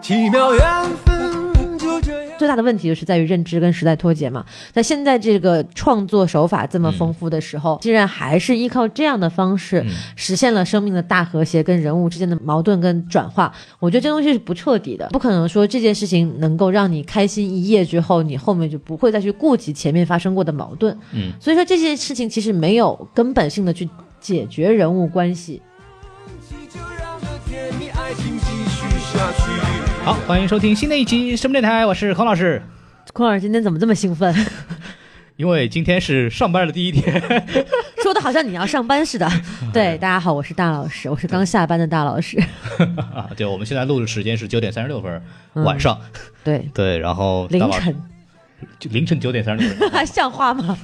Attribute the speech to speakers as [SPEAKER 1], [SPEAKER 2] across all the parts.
[SPEAKER 1] 奇妙缘分就这样。
[SPEAKER 2] 最大的问题就是在于认知跟时代脱节嘛。在现在这个创作手法
[SPEAKER 3] 嗯
[SPEAKER 2] 这么丰富的时候，竟然还是依靠这样的方式实现了生命的大和谐跟人物之间的矛盾跟转化。我觉得这东西是不彻底的，不可能说这件事情能够让你开心一夜之后，你后面就不会再去顾及前面发生过的矛盾。
[SPEAKER 3] 嗯，
[SPEAKER 2] 所以说这件事情其实没有根本性的去解决人物关系。
[SPEAKER 1] 就让这甜蜜爱情继续下去。
[SPEAKER 3] 好，欢迎收听新的一期什么电台，我是孔老师。
[SPEAKER 2] 坤儿今天怎么这么兴奋？
[SPEAKER 3] 因为今天是上班的第一天，
[SPEAKER 2] 说的好像你要上班似的。对，大家好，我是大老师，我是刚下班的大老师。
[SPEAKER 3] 啊，对，我们现在录的时间是九点三十六分、
[SPEAKER 2] 嗯
[SPEAKER 3] 晚上，
[SPEAKER 2] 对，
[SPEAKER 3] 对，然后大
[SPEAKER 2] 凌
[SPEAKER 3] 老师
[SPEAKER 2] 晨，
[SPEAKER 3] 就凌晨九点三十 六分，
[SPEAKER 2] 像话吗？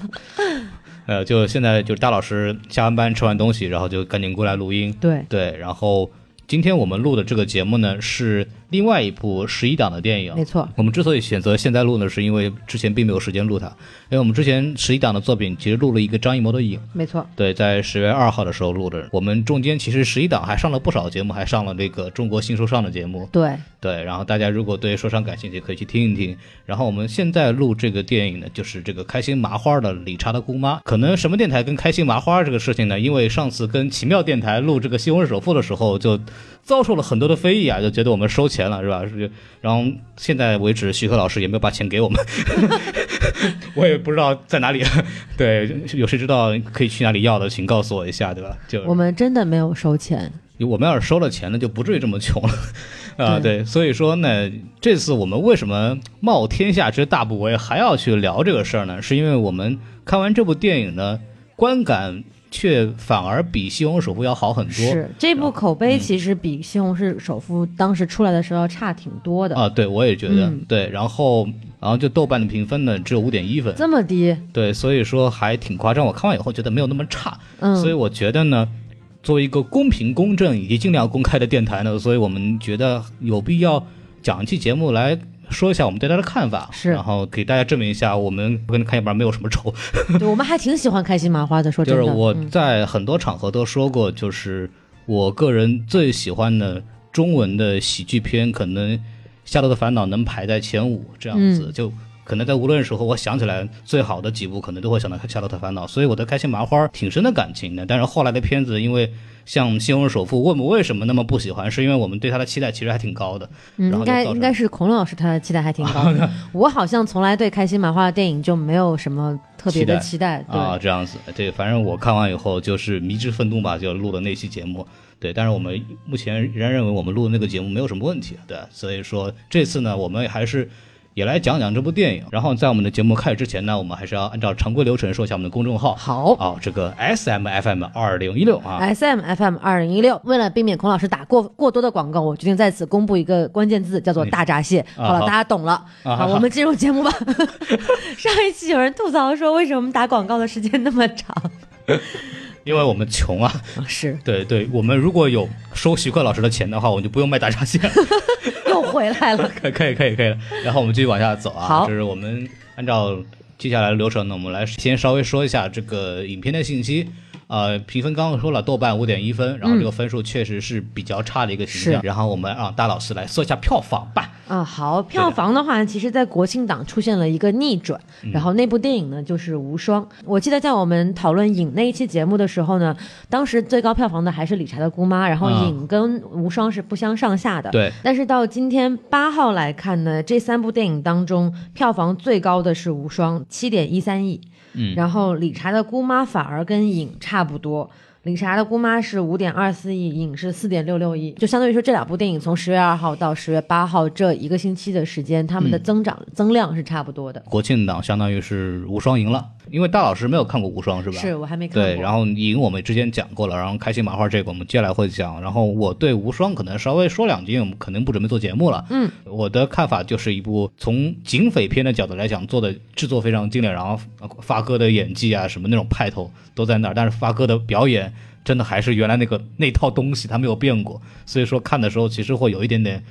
[SPEAKER 3] 呃，就现在就是大老师下完班吃完东西，然后就赶紧过来录音，
[SPEAKER 2] 对，
[SPEAKER 3] 对，然后今天我们录的这个节目呢是另外一部十一档的电影，
[SPEAKER 2] 没错。
[SPEAKER 3] 我们之所以选择现在录呢，是因为之前并没有时间录它，因为我们之前十一档的作品其实录了一个张艺谋的影，
[SPEAKER 2] 没错，
[SPEAKER 3] 对，在十月二号的时候录的。我们中间其实十一档还上了不少节目，还上了这个中国新说唱的节目。
[SPEAKER 2] 对，
[SPEAKER 3] 对，然后大家如果对说唱感兴趣，可以去听一听。然后我们现在录这个电影呢，就是这个开心麻花的理查的姑妈。可能什么电台跟开心麻花这个事情呢？因为上次跟奇妙电台录这个《西虹市首富》的时候，就遭受了很多的非议啊，就觉得我们收钱了，是吧？是就然后现在为止，徐克老师也没有把钱给我们， 我也不知道在哪里。对，有谁知道可以去哪里要的，请告诉我一下，对吧？就
[SPEAKER 2] 我们真的没有收钱。
[SPEAKER 3] 我们要是收了钱呢，就不至于这么穷了 啊！对，所以说呢，这次我们为什么冒天下之大不韪还要去聊这个事儿呢？是因为我们看完这部电影呢，观感却反而比《西虹首富》要好很多嗯
[SPEAKER 2] 是这部口碑其实比《西红柿首富》当时出来的时候要差挺多的，
[SPEAKER 3] 啊！对，我也觉得、
[SPEAKER 2] 嗯
[SPEAKER 3] 对。然后，然后就豆瓣的评分呢只有五点一分，
[SPEAKER 2] 这么低，
[SPEAKER 3] 对，所以说还挺夸张。我看完以后觉得没有那么差，
[SPEAKER 2] 嗯，
[SPEAKER 3] 所以我觉得呢，作为一个公平、公正以及尽量公开的电台呢，所以我们觉得有必要讲一期节目来说一下我们对它的看法，
[SPEAKER 2] 是
[SPEAKER 3] 然后给大家证明一下我们跟开心麻没有什么仇。
[SPEAKER 2] 对我们还挺喜欢开心麻花的。说
[SPEAKER 3] 就
[SPEAKER 2] 真
[SPEAKER 3] 是
[SPEAKER 2] 的，
[SPEAKER 3] 我
[SPEAKER 2] 嗯
[SPEAKER 3] 在很多场合都说过，就是我个人最喜欢的中文的喜剧片，可能《夏洛的烦恼》能排在前五这样子，
[SPEAKER 2] 嗯
[SPEAKER 3] 就可能在无论时候，我想起来最好的几部，可能都会想到《夏洛特烦恼》，所以我对《开心麻花》挺深的感情的。但是后来的片子，因为像《西虹市首富》，问我为什么那么不喜欢，是因为我们对他的期待其实还挺高的。
[SPEAKER 2] 嗯，
[SPEAKER 3] 然
[SPEAKER 2] 应
[SPEAKER 3] 后就
[SPEAKER 2] 该
[SPEAKER 3] 造成
[SPEAKER 2] 应该是孔老师他的期待还挺高 的。我好像从来对开心麻花的电影就没有什么特别的期待，对，
[SPEAKER 3] 啊，这样子，对，反正我看完以后就是迷之愤怒吧，就录了那期节目，对，但是我们目前仍然认为我们录的那个节目没有什么问题，对，所以说这次呢，我们还是也来讲讲这部电影，然后在我们的节目开始之前呢，我们还是要按照常规流程说一下我们的公众号，
[SPEAKER 2] 好。哎
[SPEAKER 3] 哦，这个 S M F M 二零一六啊，
[SPEAKER 2] S M F M 二零一六，为了避免孔老师打过过多的广告，我决定在此公布一个关键字，叫做“大闸蟹”。
[SPEAKER 3] 啊
[SPEAKER 2] 好了，
[SPEAKER 3] 好
[SPEAKER 2] 大家懂了。好，
[SPEAKER 3] 啊好
[SPEAKER 2] 我们进入节目吧。上一期有人吐槽说，为什么我们打广告的时间那么长？
[SPEAKER 3] 因为我们穷啊，
[SPEAKER 2] 是
[SPEAKER 3] 对对，我们如果有收徐克老师的钱的话，我们就不用卖大闸蟹了。
[SPEAKER 2] 又回来了。
[SPEAKER 3] 可以可以可以可以了，然后我们继续往下走啊。
[SPEAKER 2] 好
[SPEAKER 3] 就是我们按照接下来的流程呢，我们来先稍微说一下这个影片的信息。呃，评分刚刚说了，豆瓣五点一分，然后这个分数确实是比较差的一个形
[SPEAKER 2] 嗯
[SPEAKER 3] 象。
[SPEAKER 2] 是
[SPEAKER 3] 然后我们让大老师来说一下票房吧。
[SPEAKER 2] 啊，好，票房的话，其实，在国庆档出现了一个逆转，然后那部电影呢就是《无双》。我记得在我们讨论影那一期节目的时候呢，当时最高票房的还是《理查的姑妈》，然后
[SPEAKER 3] 啊
[SPEAKER 2] 影跟《无双》是不相上下的。
[SPEAKER 3] 对，
[SPEAKER 2] 但是到今天八号来看呢，这三部电影当中，票房最高的是《无双》，七点一三亿。
[SPEAKER 3] 嗯
[SPEAKER 2] 然后《理查的姑妈》反而跟影差不多，《理查的姑妈》是五点二四亿，影是四点六六亿，就相当于说这两部电影从十月二号到十月八号这一个星期的时间，他们的
[SPEAKER 3] 嗯
[SPEAKER 2] 增长、增量是差不多的。
[SPEAKER 3] 国庆档相当于是无双赢了，因为大老师没有看过无双是吧？
[SPEAKER 2] 是我还没看过。
[SPEAKER 3] 对，然后赢我们之前讲过了，然后开心麻花这个我们接下来会讲，然后我对无双可能稍微说两句，因为我们可能不准备做节目了。
[SPEAKER 2] 嗯，
[SPEAKER 3] 我的看法就是一部从警匪片的角度来讲，做的制作非常经典，然后发哥的演技啊什么那种派头都在那儿，但是发哥的表演真的还是原来那个那套东西，他没有变过，所以说看的时候其实会有一点点，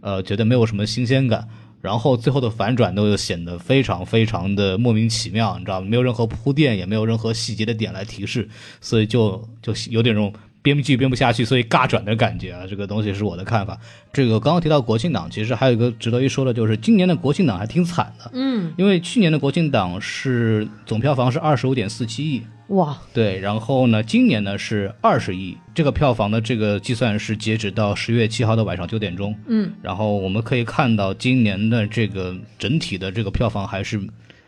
[SPEAKER 3] 呃，觉得没有什么新鲜感。然后最后的反转都显得非常非常的莫名其妙，你知道吗？没有任何铺垫，也没有任何细节的点来提示，所以就就有点这种编剧编不下去，所以尬转的感觉啊。这个东西是我的看法。这个刚刚提到国庆档，其实还有一个值得一说的，就是今年的国庆档还挺惨的，
[SPEAKER 2] 嗯，
[SPEAKER 3] 因为去年的国庆档是总票房是二十五点四七亿，
[SPEAKER 2] 哇，
[SPEAKER 3] 对，然后呢，今年呢是二十亿，这个票房的这个计算是截止到十月七号的晚上九点钟。
[SPEAKER 2] 嗯，
[SPEAKER 3] 然后我们可以看到今年的这个整体的这个票房还是，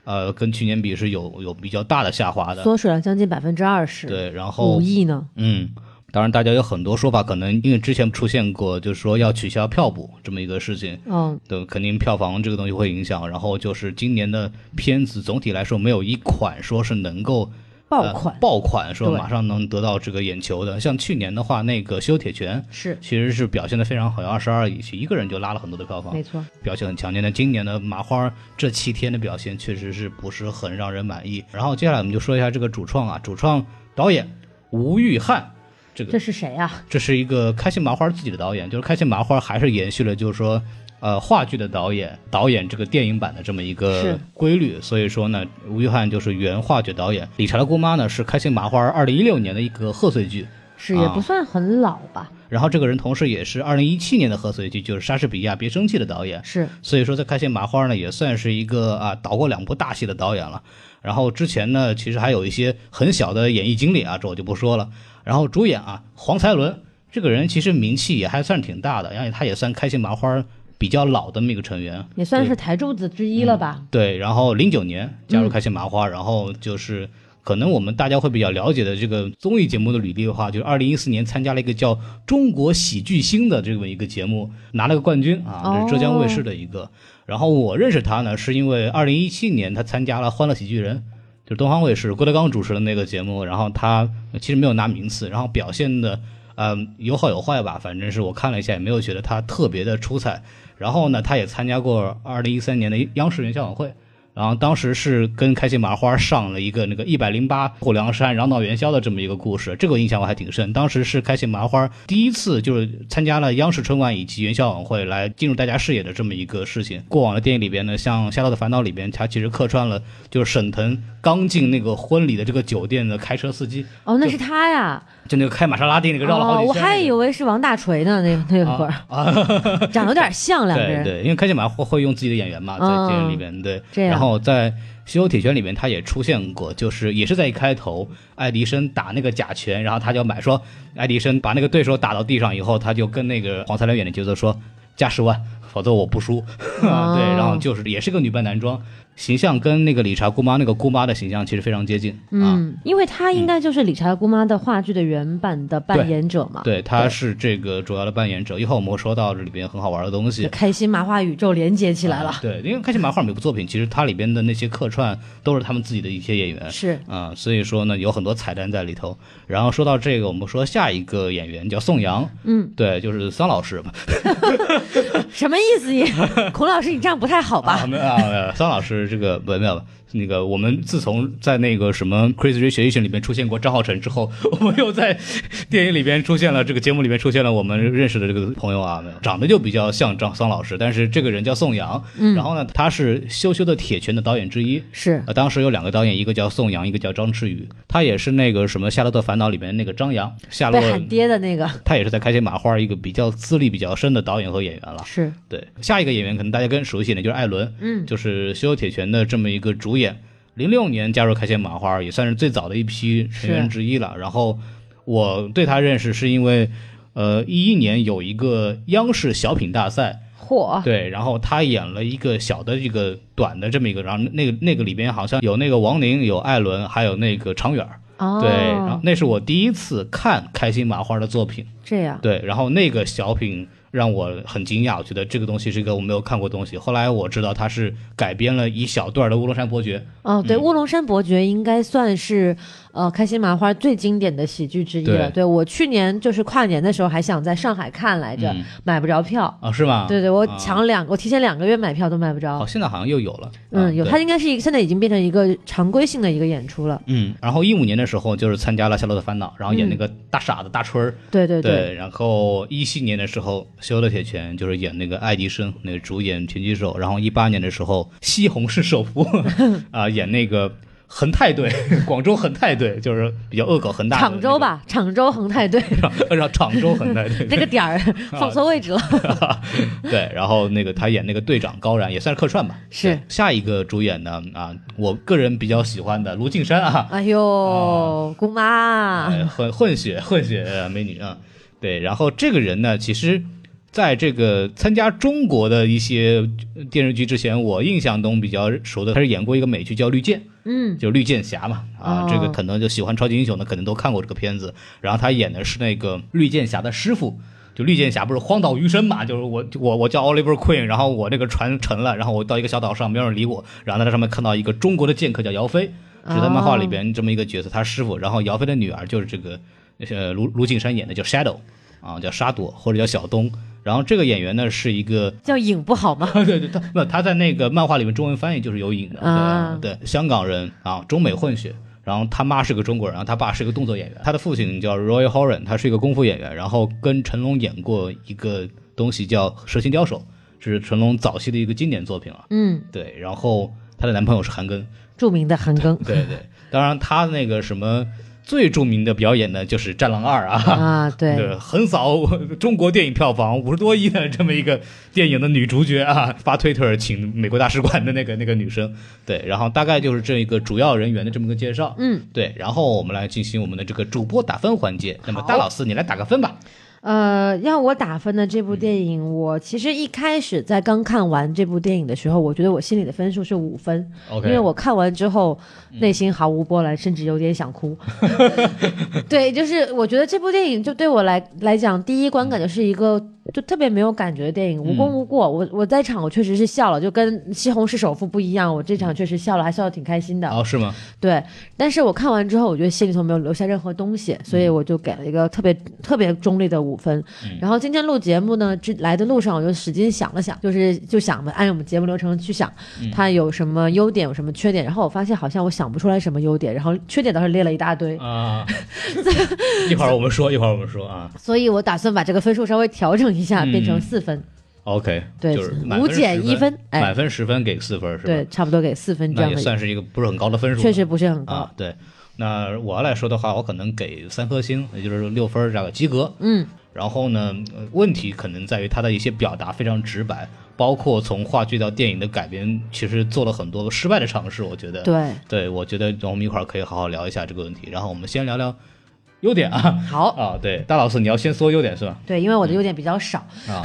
[SPEAKER 3] 呃，跟去年比是有有比较大的下滑的。
[SPEAKER 2] 缩水了将近百分之二十，
[SPEAKER 3] 对，然后
[SPEAKER 2] 五亿呢？
[SPEAKER 3] 嗯，当然大家有很多说法，可能因为之前出现过，就是说要取消票补这么一个事情。
[SPEAKER 2] 嗯，
[SPEAKER 3] 对，肯定票房这个东西会影响。然后就是今年的片子总体来说，没有一款说是能够
[SPEAKER 2] 爆款、
[SPEAKER 3] 呃爆款说
[SPEAKER 2] 对
[SPEAKER 3] 马上能得到这个眼球的。像去年的话，那个《修铁拳》
[SPEAKER 2] 是
[SPEAKER 3] 其实是表现的非常好，有二十二亿，一个人就拉了很多的票房
[SPEAKER 2] 没，错，
[SPEAKER 3] 表现很强劲。但今年的麻花这七天的表现确实是不是很让人满意。然后接下来我们就说一下这个主创啊，主创导演吴玉翰。这个
[SPEAKER 2] 这是谁啊？
[SPEAKER 3] 这是一个开心麻花自己的导演，就是开心麻花还是延续了就是说，呃，话剧的导演导演这个电影版的这么一个
[SPEAKER 2] 是
[SPEAKER 3] 规律。所以说呢，吴约翰就是原话剧导演，理查的姑妈呢是开心麻花二零一六年的一个贺岁剧。
[SPEAKER 2] 是也
[SPEAKER 3] 啊
[SPEAKER 2] 不算很老吧？
[SPEAKER 3] 然后这个人同时也是二零一七年的贺岁剧，就是莎士比亚《别生气》的导演，
[SPEAKER 2] 是
[SPEAKER 3] 所以说，在开心麻花呢，也算是一个啊导过两部大戏的导演了。然后之前呢，其实还有一些很小的演艺经历啊，这我就不说了。然后主演啊，黄才伦这个人其实名气也还算挺大的，然后他也算开心麻花比较老的那么一个成员，啊
[SPEAKER 2] 也算
[SPEAKER 3] 对
[SPEAKER 2] 是台柱子之一了吧？
[SPEAKER 3] 对，然后零九年加入开心麻花，然后就是可能我们大家会比较了解的这个综艺节目的履历的话，就是二零一四年参加了一个叫《中国喜剧星》的这么一个节目，拿了个冠军啊，这是浙江卫视的一个。然后我认识他呢，是因为二零一七年他参加了《欢乐喜剧人》。就是东方卫视郭德纲主持的那个节目，然后他其实没有拿名次，然后表现的嗯，有好有坏吧，反正是我看了一下，也没有觉得他特别的出彩。然后呢，他也参加过二零一三年的央视元宵晚会，然后当时是跟开心麻花上了一个那个一百零八虎梁山嚷闹元宵的这么一个故事，这个印象我还挺深。当时是开心麻花第一次就是参加了央视春晚以及元宵晚会来进入大家视野的这么一个事情。过往的电影里边呢，像《夏洛的烦恼》里边，它其实客串了就是沈腾刚进那个婚礼的这个酒店的开车司机，
[SPEAKER 2] 哦，那是他呀！
[SPEAKER 3] 就那个开玛莎拉蒂那个绕了好
[SPEAKER 2] 哦，
[SPEAKER 3] 几圈那
[SPEAKER 2] 我
[SPEAKER 3] 个、啊
[SPEAKER 2] 还以为是王大锤呢，那那会儿、长得有点像两个
[SPEAKER 3] 对
[SPEAKER 2] 人。嗯
[SPEAKER 3] 对，因为开心麻花会用自己的演员嘛，在电影里面对。
[SPEAKER 2] 这样
[SPEAKER 3] 然后在《西游铁拳》里面，他也出现过，就是也是在一开头，爱迪生打那个假拳，然后他就买说，爱迪生把那个对手打到地上以后，他就跟那个黄才伦演的角色说加十万，否则我不输。
[SPEAKER 2] 哦
[SPEAKER 3] 对，然后就是也是个女扮男装，形象跟那个理查姑妈那个姑妈的形象其实非常接近、啊。
[SPEAKER 2] 嗯，因为他应该就是理查姑妈的话剧的原版的扮演者嘛。
[SPEAKER 3] 对，她是这个主要的扮演者。一会儿我们会说到这里边很好玩的东西
[SPEAKER 2] 就。开心麻花宇宙连接起来了。
[SPEAKER 3] 啊对，因为开心麻花每部作品，其实它里边的那些客串都是他们自己的一些演员。
[SPEAKER 2] 是
[SPEAKER 3] 啊、所以说呢，有很多彩蛋在里头。然后说到这个，我们说下一个演员叫宋阳，嗯，对，就是桑老师吧，
[SPEAKER 2] 什么意思 你？孔老师，你这样不太好吧？
[SPEAKER 3] 啊，没有啊没有桑老师这个没有没有，那个我们自从在那个什么《Crazy Rich Asian》里面出现过张浩晨之后， 我们又在电影里边出现了，这个节目里面出现了我们认识的这个朋友啊，没有长得就比较像张桑老师，但是这个人叫宋阳，然后呢，他是《羞羞的铁拳》的导演之一。
[SPEAKER 2] 是
[SPEAKER 3] 呃，当时有两个导演，一个叫宋阳，一个叫张弛宇，他也是那个什么《夏洛特烦恼》里面那个张扬，夏洛
[SPEAKER 2] 被，喊爹的那个
[SPEAKER 3] 他也是在开心麻花一个比较资历比较深的导演和演员了。
[SPEAKER 2] 是
[SPEAKER 3] 对，下一个演员可能大家更熟悉一点，就是艾伦，嗯，就是《羞羞铁拳》的这么一个主演，零六年加入开心麻花，也算是最早的一批成员之一了。然后我对他认识是因为，呃，一一年有一个央视小品大赛，
[SPEAKER 2] 嚯，
[SPEAKER 3] 对，然后他演了一个小的一个短的这么一个，然后那个那个里边好像有那个王宁，有艾伦，还有那个常远儿。
[SPEAKER 2] 哦，
[SPEAKER 3] 对，然后那是我第一次看开心麻花的作品。
[SPEAKER 2] 这样
[SPEAKER 3] 对，然后那个小品让我很惊讶，我觉得这个东西是一个我没有看过的东西。后来我知道它是改编了一小段的《乌龙山伯爵》。
[SPEAKER 2] 哦，对，乌龙山伯爵应该算是呃开心麻花最经典的喜剧之一了。
[SPEAKER 3] 对
[SPEAKER 2] 对我去年就是跨年的时候还想在上海看来着，
[SPEAKER 3] 嗯
[SPEAKER 2] 买不着票。
[SPEAKER 3] 啊，是吗？
[SPEAKER 2] 对对，我
[SPEAKER 3] 啊
[SPEAKER 2] 抢两，我提前两个月买票都买不着
[SPEAKER 3] 好，。现在好像又有了。啊
[SPEAKER 2] 嗯，有，
[SPEAKER 3] 对
[SPEAKER 2] 它应该是一个现在已经变成一个常规性的一个演出了。
[SPEAKER 3] 嗯，然后一五年的时候就是参加了《夏洛的烦恼》，然后演那
[SPEAKER 2] 嗯
[SPEAKER 3] 个大傻子大春儿。
[SPEAKER 2] 对对对，
[SPEAKER 3] 然后一七年的时候修了铁拳，就是演那个爱迪生，那个主演拳击手。然后一八年的时候，西红柿 首富 啊、演那个恒泰队，广州恒泰队，就是比较恶搞恒大的那
[SPEAKER 2] 常
[SPEAKER 3] 个。
[SPEAKER 2] 州 吧，常州恒泰队
[SPEAKER 3] 然后，然后常州恒泰队。
[SPEAKER 2] 那个点儿
[SPEAKER 3] 啊
[SPEAKER 2] 放错位置了。
[SPEAKER 3] 对，然后那个他演那个队长高然也算是客串吧。
[SPEAKER 2] 是
[SPEAKER 3] 对下一个主演呢啊，我个人比较喜欢的卢靖姗啊，
[SPEAKER 2] 哎呦，姑妈，
[SPEAKER 3] 呃混混血混血呃美女啊，对。然后这个人呢，其实在这个参加中国的一些呃电视剧之前，我印象中比较熟的，他是演过一个美剧叫《绿箭》，
[SPEAKER 2] 嗯，
[SPEAKER 3] 就绿箭侠嘛。啊，
[SPEAKER 2] 哦
[SPEAKER 3] 这个可能就喜欢超级英雄的，可能都看过这个片子。然后他演的是那个绿箭侠的师傅。就绿箭侠不是荒岛余生嘛？就是我我我叫 Oliver Queen，然后我那个船沉了，然后我到一个小岛上，没有人理我，然后在那上面看到一个中国的剑客叫姚飞，是在漫画
[SPEAKER 2] 哦
[SPEAKER 3] 里
[SPEAKER 2] 啊
[SPEAKER 3] 边这么一个角色，他师傅，然后姚飞的女儿就是这个呃卢卢靖姗演的叫 Shadow 啊，叫沙朵或者叫小东。然后这个演员呢是一个，
[SPEAKER 2] 叫影不好吗
[SPEAKER 3] ？对对，他那他在那个漫画里面中文翻译就是有影的，对
[SPEAKER 2] 啊
[SPEAKER 3] 对，香港人啊，中美混血。然后他妈是个中国人，然后他爸是个动作演员，他的父亲叫 Roy Horan，他是一个功夫演员，然后跟成龙演过一个东西叫《蛇形刁手》，是成龙早期的一个经典作品了。
[SPEAKER 2] 嗯，
[SPEAKER 3] 对，然后她的男朋友是韩庚，
[SPEAKER 2] 著名的韩庚
[SPEAKER 3] 对对，当然他那个什么最著名的表演呢，就是《战狼二》啊。
[SPEAKER 2] 啊，对，
[SPEAKER 3] 对，横扫中国电影票房五十多亿的这么一个电影的女主角啊，发推特请美国大使馆的那个那个女生，对，然后大概就是这一个主要人员的这么个介绍，
[SPEAKER 2] 嗯，
[SPEAKER 3] 对，然后我们来进行我们的这个主播打分环节。那么
[SPEAKER 2] 好
[SPEAKER 3] 大老师，你来打个分吧。
[SPEAKER 2] 呃，要我打分的这部电影，我其实一开始在刚看完这部电影的时候，我觉得我心里的分数是五分，因
[SPEAKER 3] OK，
[SPEAKER 2] 为我看完之后内心毫无波澜，甚至有点想哭。 对，就是我觉得这部电影就对我来来讲，第一观感就是一个就特别没有感觉的电影，无功无过。我我在场我确实是笑了，就跟《西红柿首富》不一样，我这场确实笑了，还笑得挺开心的。
[SPEAKER 3] 哦是吗？
[SPEAKER 2] 对，但是我看完之后，我觉得心里头没有留下任何东西，所以
[SPEAKER 3] 嗯
[SPEAKER 2] 我就给了一个特别特别中立的五分。然后今天录节目呢，这来的路上我就使劲想了想，就是就想吧，按我们节目流程去想，
[SPEAKER 3] 嗯
[SPEAKER 2] 它有什么优点，有什么缺点。然后我发现好像我想不出来什么优点，然后缺点倒是列了一大堆，
[SPEAKER 3] 啊， 一会儿我们说，一会儿我们说啊。
[SPEAKER 2] 所以我打算把这个分数稍微调整一下，变
[SPEAKER 3] 嗯
[SPEAKER 2] 成四分，
[SPEAKER 3] OK，
[SPEAKER 2] 对
[SPEAKER 3] 就是，满
[SPEAKER 2] 五
[SPEAKER 3] 分
[SPEAKER 2] 减一
[SPEAKER 3] 10
[SPEAKER 2] 分，哎
[SPEAKER 3] 满，分十分给四分是吧？
[SPEAKER 2] 对，差不多给四分这
[SPEAKER 3] 那
[SPEAKER 2] 样
[SPEAKER 3] 也
[SPEAKER 2] 的，
[SPEAKER 3] 算是一个不是很高的分数了，
[SPEAKER 2] 确实不是很高。
[SPEAKER 3] 啊，对。那我要来说的话，我可能给三颗星，也就是六分儿这个及格。
[SPEAKER 2] 嗯，
[SPEAKER 3] 然后呢，呃问题可能在于它的一些表达非常直白，包括从话剧到电影的改编，其实做了很多失败的尝试。我觉得，
[SPEAKER 2] 对，
[SPEAKER 3] 对，我觉得我们一会儿可以好好聊一下这个问题。然后我们先聊聊优点啊
[SPEAKER 2] 好，
[SPEAKER 3] 啊，对，大老师你要先说优点是吧？
[SPEAKER 2] 对，因为我的优点比较少。
[SPEAKER 3] 啊，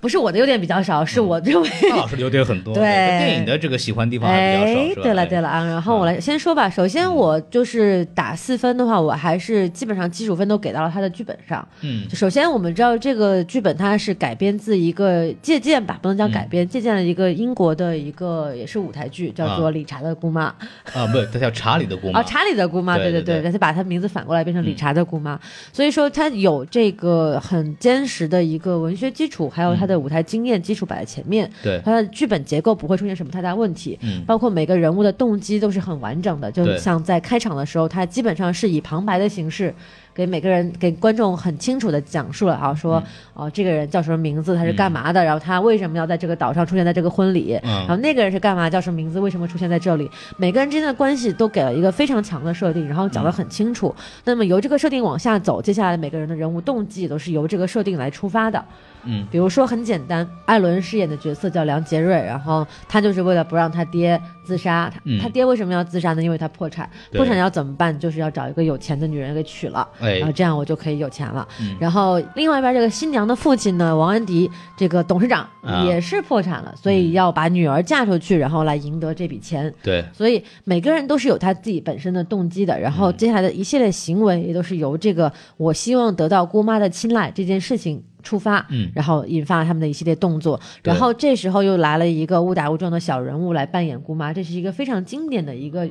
[SPEAKER 2] 不是我的优点比较少，
[SPEAKER 3] 嗯
[SPEAKER 2] 是我认为。
[SPEAKER 3] 大老师的优点很多，
[SPEAKER 2] 对
[SPEAKER 3] 电影的这个喜欢地方还比较少，是吧？哎嗯
[SPEAKER 2] 对了对
[SPEAKER 3] 了，
[SPEAKER 2] 了啊，然后我来先说吧。首先，我就是打四分的话，我还是基本上基础分都给到了他的剧本上。
[SPEAKER 3] 嗯
[SPEAKER 2] 就首先，我们知道这个剧本它是改编自一个借鉴吧，不能
[SPEAKER 3] 嗯
[SPEAKER 2] 叫改编，借鉴了一个英国的一个也是舞台剧，叫做《
[SPEAKER 3] 啊
[SPEAKER 2] 理查的姑妈》
[SPEAKER 3] 啊，不，他叫查理的姑妈
[SPEAKER 2] 哦，查理的姑妈，
[SPEAKER 3] 对
[SPEAKER 2] 对
[SPEAKER 3] 对对嗯
[SPEAKER 2] 对，但是把她名字反过来变成理查的姑妈，所以说她有这个很坚实的一个文学基础，还有她的舞台经验基础摆在前面，
[SPEAKER 3] 嗯对，
[SPEAKER 2] 它的剧本结构不会出现什么太大问题，
[SPEAKER 3] 嗯
[SPEAKER 2] 包括每个人物的动机都是很完整的，就
[SPEAKER 3] 对
[SPEAKER 2] 像在开场的时候，它基本上是以旁白的形式。给每个人给观众很清楚的讲述了啊，说
[SPEAKER 3] 嗯
[SPEAKER 2] 哦，这个人叫什么名字，他是干嘛的，然后他为什么要在这个岛上出现在这个婚礼，
[SPEAKER 3] 嗯
[SPEAKER 2] 然后那个人是干嘛，叫什么名字，为什么出现在这里，每个人之间的关系都给了一个非常强的设定，然后
[SPEAKER 3] 嗯
[SPEAKER 2] 讲得很清楚。那么由这个设定往下走，接下来每个人的人物动机都是由这个设定来出发的。
[SPEAKER 3] 嗯，
[SPEAKER 2] 比如说很简单，艾伦饰演的角色叫梁杰瑞，然后他就是为了不让他爹自杀，他、
[SPEAKER 3] 嗯
[SPEAKER 2] 他爹为什么要自杀呢？因为他破产，
[SPEAKER 3] 对
[SPEAKER 2] 破产要怎么办？就是要找一个有钱的女人给娶了。
[SPEAKER 3] 哎
[SPEAKER 2] 然后，这样我就可以有钱了。
[SPEAKER 3] 嗯
[SPEAKER 2] 然后另外一边这个新娘的父亲呢，王安迪这个董事长
[SPEAKER 3] 啊
[SPEAKER 2] 也是破产了，所以要把女儿嫁出去，然后来赢得这笔钱。
[SPEAKER 3] 对，
[SPEAKER 2] 所以每个人都是有他自己本身的动机的，然后
[SPEAKER 3] 嗯
[SPEAKER 2] 接下来的一系列行为也都是由这个我希望得到姑妈的青睐这件事情出发，
[SPEAKER 3] 嗯
[SPEAKER 2] 然后引发他们的一系列动作，
[SPEAKER 3] 对
[SPEAKER 2] 然后这时候又来了一个误打误撞的小人物来扮演姑妈，这是一个非常经典的一个。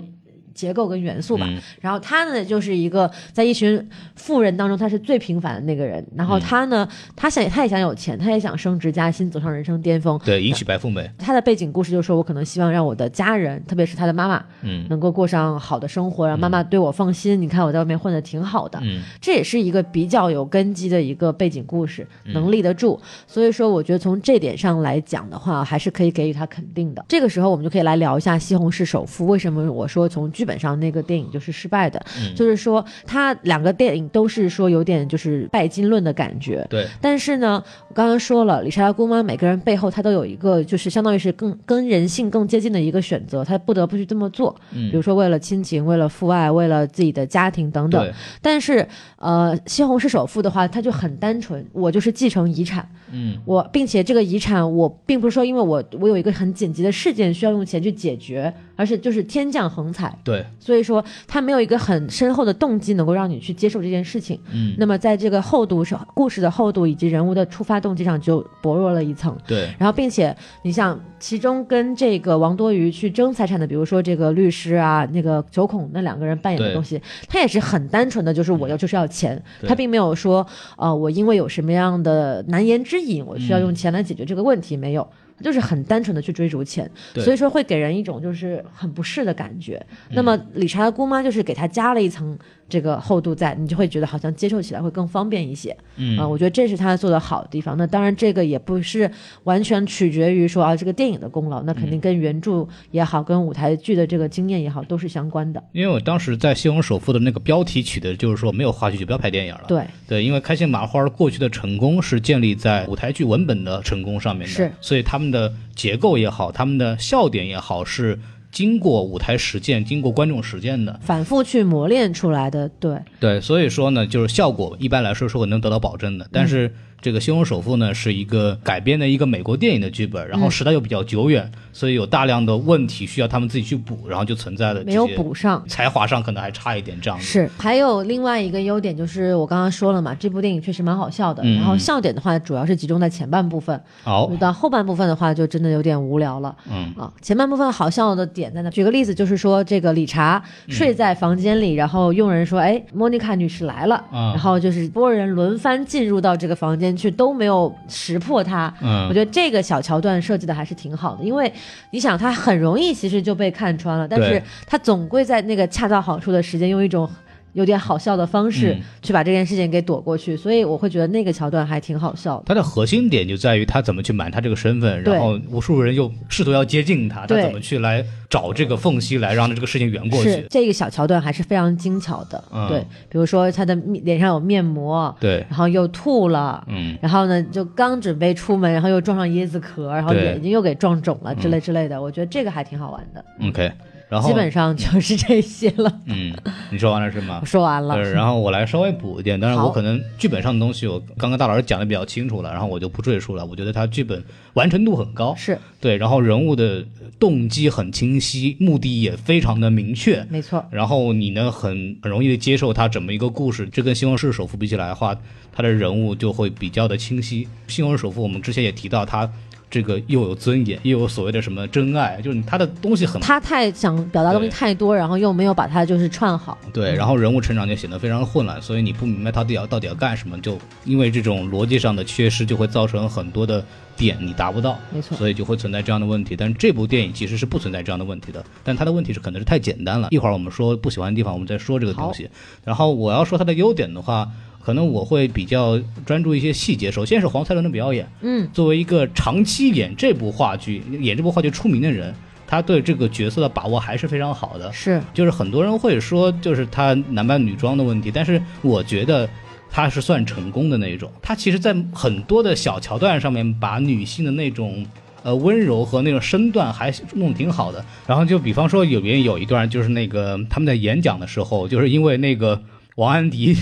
[SPEAKER 2] 结构跟元素吧。
[SPEAKER 3] 嗯
[SPEAKER 2] 然后他呢，就是一个在一群富人当中，他是最平凡的那个人。然
[SPEAKER 3] 嗯
[SPEAKER 2] 后他呢，他想他也想有钱，他也想升职加薪，走上人生巅峰。
[SPEAKER 3] 对，迎娶白富美，
[SPEAKER 2] 他的背景故事就是说，我可能希望让我的家人，特别是他的妈妈，
[SPEAKER 3] 嗯
[SPEAKER 2] 能够过上好的生活，让妈妈对我放心。你看我在外面混的挺好的，
[SPEAKER 3] 嗯
[SPEAKER 2] 这也是一个比较有根基的一个背景故事，
[SPEAKER 3] 嗯
[SPEAKER 2] 能立得住。所以说，我觉得从这点上来讲的话，还是可以给予他肯定的。这个时候，我们就可以来聊一下《西红柿首富》为什么我说从剧本上那个电影就是失败的，
[SPEAKER 3] 嗯
[SPEAKER 2] 就是说它两个电影都是说有点就是拜金论的感觉。
[SPEAKER 3] 对，
[SPEAKER 2] 但是呢，我刚刚说了，理查德·姑妈每个人背后他都有一个，就是相当于是更跟人性更接近的一个选择，他不得不去这么做。
[SPEAKER 3] 嗯
[SPEAKER 2] 比如说为了亲情，为了父爱，为了自己的家庭等等
[SPEAKER 3] 对。，
[SPEAKER 2] 但是，呃，西红柿首富的话，他就很单纯，我就是继承遗产，
[SPEAKER 3] 嗯
[SPEAKER 2] 我并且这个遗产我并不是说因为我我有一个很紧急的事件需要用钱去解决，而是就是天降横财，
[SPEAKER 3] 对，
[SPEAKER 2] 所以说他没有一个很深厚的动机能够让你去接受这件事情。
[SPEAKER 3] 嗯
[SPEAKER 2] 那么在这个厚度上，故事的厚度以及人物的出发动机上就薄弱了一层。
[SPEAKER 3] 对，
[SPEAKER 2] 然后，并且你像其中跟这个王多鱼去争财产的，比如说这个律师啊，那个九孔那两个人扮演的
[SPEAKER 3] 对嗯
[SPEAKER 2] 东西，他也是很单纯的，就是我要就是要钱，
[SPEAKER 3] 对
[SPEAKER 2] 他并没有说呃我因为有什么样的难言之隐，我需要
[SPEAKER 3] 嗯
[SPEAKER 2] 用钱来解决这个问题，没有。他就是很单纯的去追逐钱，
[SPEAKER 3] 对嗯
[SPEAKER 2] 所以说会给人一种就是很不适的感觉。那么理查的姑妈就是给他加了一层这个厚度在，你就会觉得好像接受起来会更方便一些。
[SPEAKER 3] 嗯
[SPEAKER 2] 啊、我觉得这是他做的好的地方。那当然，这个也不是完全取决于说啊这个电影的功劳，那肯定跟原著也好，跟舞台剧的这个经验也好，都是相关的。
[SPEAKER 3] 因为我当时在《西虹首富》的那个标题取的就是说，没有话剧就不要拍电影了。
[SPEAKER 2] 对，
[SPEAKER 3] 对，因为开心麻花过去的成功是建立在舞台剧文本的成功上面的，
[SPEAKER 2] 是
[SPEAKER 3] 所以他们的结构也好，他们的笑点也好，是经过舞台实践、经过观众实践的。
[SPEAKER 2] 反复去磨练出来的，对，
[SPEAKER 3] 对，所以说呢，就是效果一般来说是会能得到保证的。但
[SPEAKER 2] 嗯
[SPEAKER 3] 是这个《西虹首富》呢，是一个改编的一个美国电影的剧本，然后时代又比较久远，所以有大量的问题需要他们自己去补，然后就存在的这
[SPEAKER 2] 没有
[SPEAKER 3] 些
[SPEAKER 2] 补上。
[SPEAKER 3] 才华上可能还差一点这样子。
[SPEAKER 2] 是，还有另外一个优点就是我刚刚说了嘛，这部电影确实蛮好笑的。
[SPEAKER 3] 嗯哦
[SPEAKER 2] 然后笑点的话，主要是集中在前半部分，
[SPEAKER 3] 好，
[SPEAKER 2] 到后半部分的话，就真的有点无聊了。
[SPEAKER 3] 嗯
[SPEAKER 2] 啊，前半部分好笑的点在哪？举个例子，就是说这个理查睡在房间里，然后佣人说：“哎，莫妮卡女士来了。
[SPEAKER 3] 啊
[SPEAKER 2] 然后就是波人轮番进入到这个房间去，都没有识破他。
[SPEAKER 3] 嗯
[SPEAKER 2] 我觉得这个小桥段设计的还是挺好的，因为你想，他很容易其实就被看穿了，但
[SPEAKER 3] 对
[SPEAKER 2] 是他总归在那个恰到好处的时间，用一种。有点好笑的方式
[SPEAKER 3] 嗯
[SPEAKER 2] 去把这件事情给躲过去，所以我会觉得那个桥段还挺好笑的。
[SPEAKER 3] 他的核心点就在于他怎么去瞒他这个身份，
[SPEAKER 2] 对
[SPEAKER 3] 然后无数人又试图要接近他，他
[SPEAKER 2] 对
[SPEAKER 3] 怎么去来找这个缝隙来让这个事情圆过
[SPEAKER 2] 是
[SPEAKER 3] 去？
[SPEAKER 2] 这个小桥段还是非常精巧的，
[SPEAKER 3] 嗯
[SPEAKER 2] 对，比如说他的面脸上有面膜，
[SPEAKER 3] 对，
[SPEAKER 2] 然后又吐了，
[SPEAKER 3] 嗯，
[SPEAKER 2] 然后呢就刚准备出门，然后又撞上椰子壳，然后
[SPEAKER 3] 对
[SPEAKER 2] 眼睛又给撞肿了之类之类的，我觉得这个还挺好玩的，
[SPEAKER 3] ，OK，然后
[SPEAKER 2] 基本上就是这些了，
[SPEAKER 3] 嗯，你说完了是吗
[SPEAKER 2] 我？说完了，
[SPEAKER 3] 对，然后我来稍微补一点，当然我
[SPEAKER 2] 好
[SPEAKER 3] 可能剧本上的东西，我刚刚大老师讲的比较清楚了，然后我就不赘述了。我觉得他剧本完成度很高，
[SPEAKER 2] 是
[SPEAKER 3] 对，然后人物的动机很清晰，目的也非常的明确，
[SPEAKER 2] 没错，
[SPEAKER 3] 然后你呢很很容易的接受它整么一个故事，这跟《西虹市首富》比起来的话，它的人物就会比较的清晰。《西虹市首富》我们之前也提到，它这个又有尊严，又有所谓的什么真爱，就是它的东西很
[SPEAKER 2] 他太想表达的东西
[SPEAKER 3] 对
[SPEAKER 2] 太多，然后又没有把它就是串好，
[SPEAKER 3] 对，然后人物成长就显得非常混乱，所以你不明白他到底要到底要干什么，就因为这种逻辑上的缺失，就会造成很多的点你达不到，
[SPEAKER 2] 没错
[SPEAKER 3] 所以就会存在这样的问题。但这部电影其实是不存在这样的问题的，但它的问题是可能是太简单了。一会儿我们说不喜欢的地方，我们再说这个东西。然后我要说它的优点的话。可能我会比较专注一些细节。首先是黄才伦的表演，
[SPEAKER 2] 嗯，
[SPEAKER 3] 作为一个长期演这部话剧、演这部话剧出名的人，他对这个角色的把握还是非常好的。
[SPEAKER 2] 是
[SPEAKER 3] 就是很多人会说，就是他男扮女装的问题，但是我觉得他是算成功的那一种。他其实，在很多的小桥段上面，把女性的那种呃温柔和那种身段还弄得挺好的。然后就比方说，有边有一段就是那个他们在演讲的时候，就是因为那个王安迪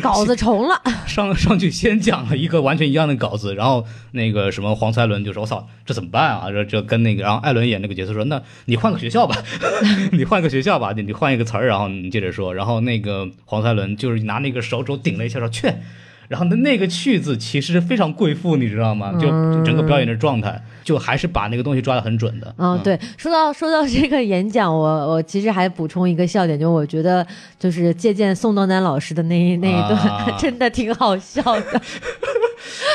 [SPEAKER 2] 稿子重 了，
[SPEAKER 3] 上上去先讲了一个完全一样的稿子，然后那个什么黄才伦就说：“我操，这怎么办啊？”这这跟那个，然后艾伦演那个角色说：“那你换个学校吧， 你换个学校吧，你你换一个词儿，然后你接着说。”然后那个黄才伦就是拿那个手肘顶了一下说：“去。”然后那那个“去”字其实非常贵妇，你知道吗？就整个表演的状态，就还是把那个东西抓得很准的。
[SPEAKER 2] 嗯，对，说到说到这个演讲，我我其实还补充一个笑点，就我觉得就是借鉴宋冬南老师的那一那一段，
[SPEAKER 3] 啊
[SPEAKER 2] 真的挺好笑 的。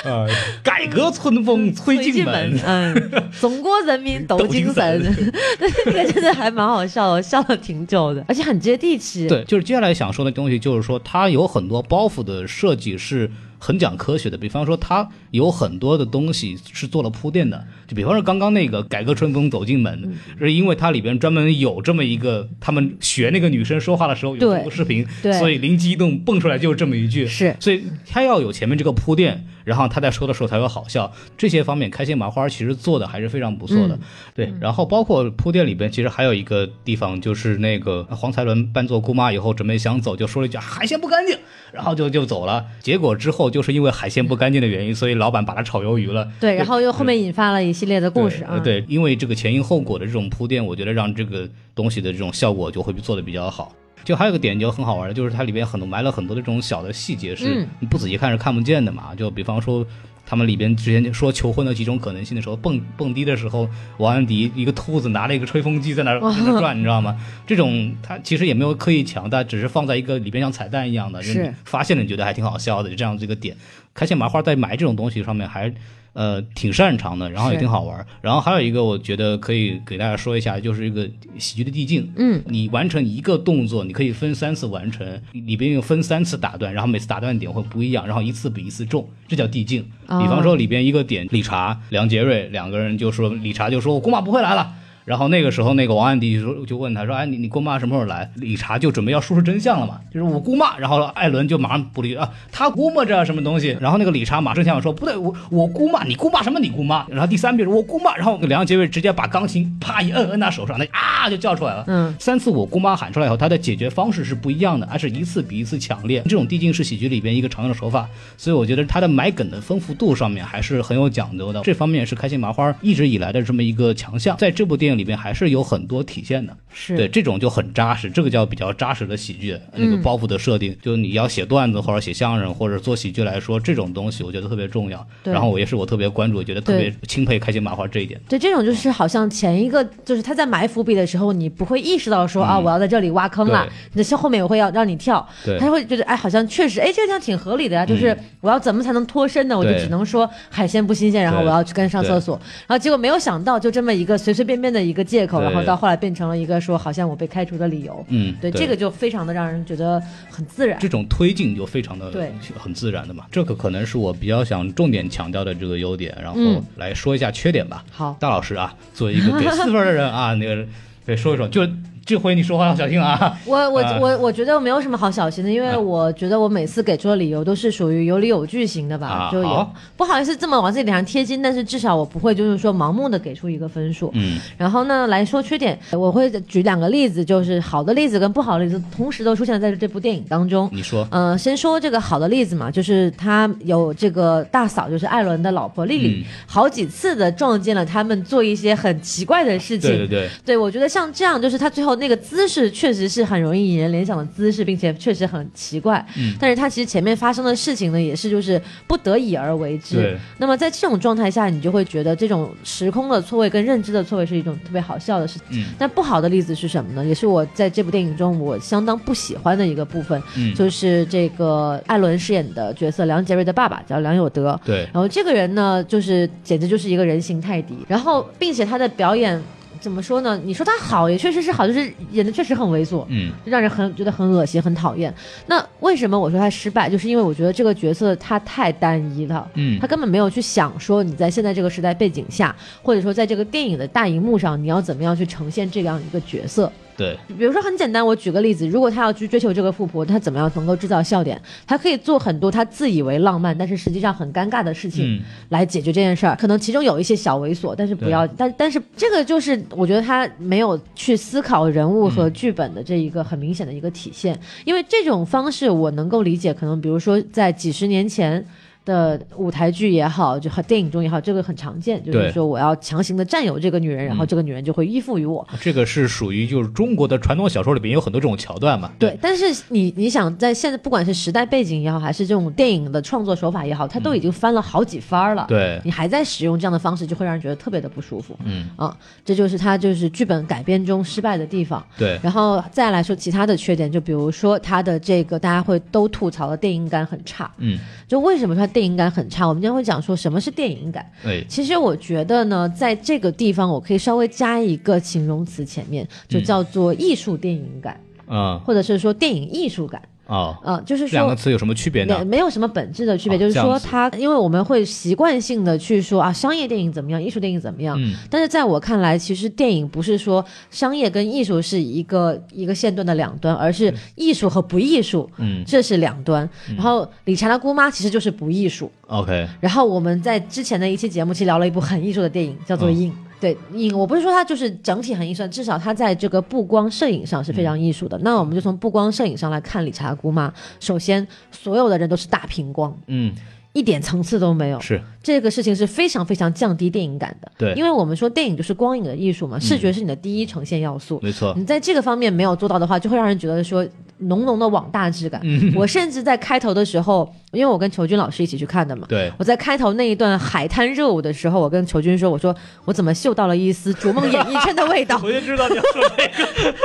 [SPEAKER 3] 呃，改革春风 吹进门，
[SPEAKER 2] 嗯，中国人民
[SPEAKER 3] 抖
[SPEAKER 2] 抖
[SPEAKER 3] 精
[SPEAKER 2] 精
[SPEAKER 3] 神
[SPEAKER 2] 神， 对，那个真的还蛮好笑的，我笑了挺久的，而且很接地气。，
[SPEAKER 3] 对，就是接下来想说的东西，就是说它有很多包袱的设计是很讲科学的，比方说它有很多的东西是做了铺垫的，就比方说刚刚那个“改革春风走进
[SPEAKER 2] 嗯
[SPEAKER 3] 门”，是因为它里边专门有这么一个，他们学那个女生说话的时候有这
[SPEAKER 2] 对
[SPEAKER 3] 个视频，
[SPEAKER 2] 对
[SPEAKER 3] 所以灵机一动蹦出来就是这么一句，
[SPEAKER 2] 是
[SPEAKER 3] 所以他要有前面这个铺垫，然后他在说的时候才会好笑。这些方面，开心麻花其实做的还是非常不错
[SPEAKER 2] 嗯
[SPEAKER 3] 的。对，然后包括铺垫里边，其实还有一个地方就是那个黄才伦扮作姑妈以后，准备想走，就说了一句海鲜不干净，然后就就走了。结果之后就是因为海鲜不干净的原因，所以老板把他炒鱿鱼了。
[SPEAKER 2] 对，然后又后面引发了一系列的故事
[SPEAKER 3] 对
[SPEAKER 2] 啊。
[SPEAKER 3] 呃，对，因为这个前因后果的这种铺垫，我觉得让这个东西的这种效果就会做得比较好。就还有一个点就很好玩的，就是它里边很多埋了很多的这种小的细节，是
[SPEAKER 2] 嗯
[SPEAKER 3] 你不仔细看是看不见的嘛。就比方说，他们里边之前说求婚的几种可能性的时候，蹦蹦迪的时候，王安迪一个秃子拿了一个吹风机在那儿
[SPEAKER 2] 哦
[SPEAKER 3] 在那儿转，你知道吗？这种它其实也没有刻意强大，只是放在一个里边像彩蛋一样的，就是你发现了你觉得还挺好笑的，就这样这个点。开心麻花在埋这种东西上面还呃挺擅长的，然后也
[SPEAKER 2] 是
[SPEAKER 3] 挺好玩儿。然后还有一个我觉得可以给大家说一下，就是一个喜剧的递进。
[SPEAKER 2] 嗯，
[SPEAKER 3] 你完成一个动作，你可以分三次完成，里边又分三次打断，然后每次打断点会不一样，然后一次比一次重，这叫递进。
[SPEAKER 2] 哦
[SPEAKER 3] 比方说里边一个点，理查、梁杰瑞两个人就说，理查就说我姑妈不会来了。然后那个时候，那个王安迪就说就问他说：“哎，你你姑妈什么时候来？”理查就准备要说出真相了嘛，就是我姑妈。然后艾伦就马上补了一句啊，他估摸着什么东西。然后那个理查马上想说：“不对，我我姑妈，你姑妈什么？你姑妈？”然后第三遍我姑妈。然后梁杰瑞直接把钢琴啪一摁摁他手上，那啊就叫出来了。
[SPEAKER 2] 嗯
[SPEAKER 3] 三次我姑妈喊出来以后，她的解决方式是不一样的，而是一次比一次强烈。这种递进式喜剧里边一个常用的手法，所以我觉得它的埋梗的丰富度上面还是很有讲究的。这方面是开心麻花一直以来的这么一个强项，在这部电影里边还是有很多体现的。
[SPEAKER 2] 是
[SPEAKER 3] 对，这种就很扎实，这个叫比较扎实的喜剧，那个包袱的设定，就你要写段子或者写相声或者做喜剧来说，这种东西我觉得特别重要。
[SPEAKER 2] 对
[SPEAKER 3] 然后我也是我特别关注，觉得特别钦佩开心麻花这一点。
[SPEAKER 2] 对，这种就是好像前一个就是他在埋伏笔的时候，你不会意识到说、啊，我要在这里挖坑了
[SPEAKER 3] 嗯对，
[SPEAKER 2] 你的后面我会要让你跳
[SPEAKER 3] 对，嗯
[SPEAKER 2] 他会觉得哎，好像确实哎，这个地方挺合理的呀、就是我要怎么才能脱身呢？我就
[SPEAKER 3] 对
[SPEAKER 2] 只能说海鲜不新鲜，然后
[SPEAKER 3] 对
[SPEAKER 2] 我要去跟上厕所，然后结果没有想到就这么一个随随便便的一个借口，
[SPEAKER 3] 对
[SPEAKER 2] 然后到后来变成了一个说好像我被开除的理由，
[SPEAKER 3] 嗯
[SPEAKER 2] 对，
[SPEAKER 3] 对
[SPEAKER 2] 这个就非常的让人觉得很自然
[SPEAKER 3] 这，种推进就非常的
[SPEAKER 2] 对
[SPEAKER 3] 很自然的嘛。这个可能是我比较想重点强调的这个优点，然后
[SPEAKER 2] 嗯
[SPEAKER 3] 来说一下缺点吧。
[SPEAKER 2] 好，
[SPEAKER 3] 大老师啊，作为一个给四分的 人啊，那个得说一说，就这回你说话要小心啊。
[SPEAKER 2] 我我
[SPEAKER 3] 啊
[SPEAKER 2] 我我觉得没有什么好小心的，因为
[SPEAKER 3] 啊
[SPEAKER 2] 我觉得我每次给出的理由都是属于有理有据型的吧，
[SPEAKER 3] 啊
[SPEAKER 2] 就有
[SPEAKER 3] 好
[SPEAKER 2] 不好意思这么往自己脸上贴金，但是至少我不会就是说盲目的给出一个分数。
[SPEAKER 3] 嗯，
[SPEAKER 2] 然后呢，来说缺点，我会举两个例子，就是好的例子跟不好的例子同时都出现在这部电影当中。
[SPEAKER 3] 你说，
[SPEAKER 2] 呃，先说这个好的例子嘛，就是他有这个大嫂，就是艾伦的老婆丽丽，
[SPEAKER 3] 嗯
[SPEAKER 2] 好几次的撞见了他们做一些很奇怪的事情，
[SPEAKER 3] 对对对，
[SPEAKER 2] 对，我觉得像这样，就是他最后那个姿势确实是很容易引人联想的姿势，并且确实很奇怪。
[SPEAKER 3] 嗯
[SPEAKER 2] 但是他其实前面发生的事情呢，也是就是不得已而为
[SPEAKER 3] 对
[SPEAKER 2] 之。那么在这种状态下，你就会觉得这种时空的错位跟认知的错位是一种特别好笑的事情。
[SPEAKER 3] 嗯
[SPEAKER 2] 但不好的例子是什么呢？也是我在这部电影中我相当不喜欢的一个部分，
[SPEAKER 3] 嗯
[SPEAKER 2] 就是这个艾伦饰演的角色梁杰瑞的爸爸叫梁有德。
[SPEAKER 3] 对，
[SPEAKER 2] 然后这个人呢，就是简直就是一个人形泰迪，然后并且他的表演怎么说呢？你说他好也确实是好，就是演的确实很猥琐。
[SPEAKER 3] 嗯
[SPEAKER 2] 就让人很觉得很恶心、很讨厌。那为什么我说他失败？就是因为我觉得这个角色他太单一了，
[SPEAKER 3] 嗯
[SPEAKER 2] 他根本没有去想说你在现在这个时代背景下，或者说在这个电影的大荧幕上，你要怎么样去呈现这样一个角色。
[SPEAKER 3] 对，
[SPEAKER 2] 比如说很简单，我举个例子，如果他要去追求这个富婆，他怎么样能够制造笑点？他可以做很多他自以为浪漫，但是实际上很尴尬的事情
[SPEAKER 3] 嗯
[SPEAKER 2] 来解决这件事儿。可能其中有一些小猥琐，但是不要，但但是这个就是我觉得他没有去思考人物和剧本的这一个很明显的一个体现。因为这种方式我能够理解，可能比如说在几十年前。的舞台剧也好，就和电影中也好，这个很常见，就是
[SPEAKER 3] 对
[SPEAKER 2] 说我要强行的占有这个女人，然后这个女人就会依附于我。
[SPEAKER 3] 这个是属于就是中国的传统小说里边有很多这种桥段嘛。
[SPEAKER 2] 对，但是你你想在现在，不管是时代背景也好，还是这种电影的创作手法也好，它都已经翻了好几番儿了。
[SPEAKER 3] 对
[SPEAKER 2] 你还在使用这样的方式，就会让人觉得特别的不舒服。
[SPEAKER 3] 嗯
[SPEAKER 2] 啊，这就是它就是剧本改编中失败的地方。
[SPEAKER 3] 对
[SPEAKER 2] 然后再来说其他的缺点，就比如说它的这个大家会都吐槽的电影感很差。
[SPEAKER 3] 嗯，
[SPEAKER 2] 就为什么说它电影感很差？我们今天会讲说什么是电影感。
[SPEAKER 3] 哎，
[SPEAKER 2] 其实我觉得呢，在这个地方我可以稍微加一个形容词前面，就叫做艺术电影感，
[SPEAKER 3] 嗯
[SPEAKER 2] 或者是说电影艺术感。
[SPEAKER 3] 哦，
[SPEAKER 2] 啊、就是
[SPEAKER 3] 这两个
[SPEAKER 2] 说。
[SPEAKER 3] 词有什么区别
[SPEAKER 2] 没
[SPEAKER 3] 呢？
[SPEAKER 2] 没有什么本质的区别，
[SPEAKER 3] 哦
[SPEAKER 2] 就是
[SPEAKER 3] 这样
[SPEAKER 2] 说
[SPEAKER 3] 子
[SPEAKER 2] 它，因为我们会习惯性的去说啊，商业电影怎么样，艺术电影怎么样。
[SPEAKER 3] 嗯
[SPEAKER 2] 但是在我看来，其实电影不是说商业跟艺术是一个一个线段的两端，而是艺术和不艺术，
[SPEAKER 3] 嗯
[SPEAKER 2] 这是两端。然后理查的姑妈其实就是不艺术。
[SPEAKER 3] ，OK，
[SPEAKER 2] 然后我们在之前的一期节目其实聊了一部很艺术的电影，叫做《
[SPEAKER 3] 嗯
[SPEAKER 2] 影》。对影，我不是说它就是整体很艺术，至少它在这个布光摄影上是非常艺术的。那我们就从布光摄影上来看《理查姑妈》。首先，所有的人都是大平光，
[SPEAKER 3] 嗯，
[SPEAKER 2] 一点层次都没有。
[SPEAKER 3] 是
[SPEAKER 2] 这个事情是非常非常降低电影感的。
[SPEAKER 3] 对嗯
[SPEAKER 2] 因为我们说电影就是光影的艺术嘛，视觉是你的第一呈现要素。
[SPEAKER 3] 没错，
[SPEAKER 2] 你在这个方面没有做到的话，就会让人觉得说浓浓的网大质感。
[SPEAKER 3] 嗯
[SPEAKER 2] 我甚至在开头的时候，因为我跟裘军老师一起去看的嘛，
[SPEAKER 3] 对，？”
[SPEAKER 2] 我在开头那一段海滩热舞的时候，我跟裘军说：“我说我怎么嗅到了一丝逐梦演艺圈的味道
[SPEAKER 3] 就知道你要说这个。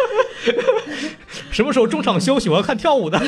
[SPEAKER 3] 什么时候中场休息？我要看跳舞的。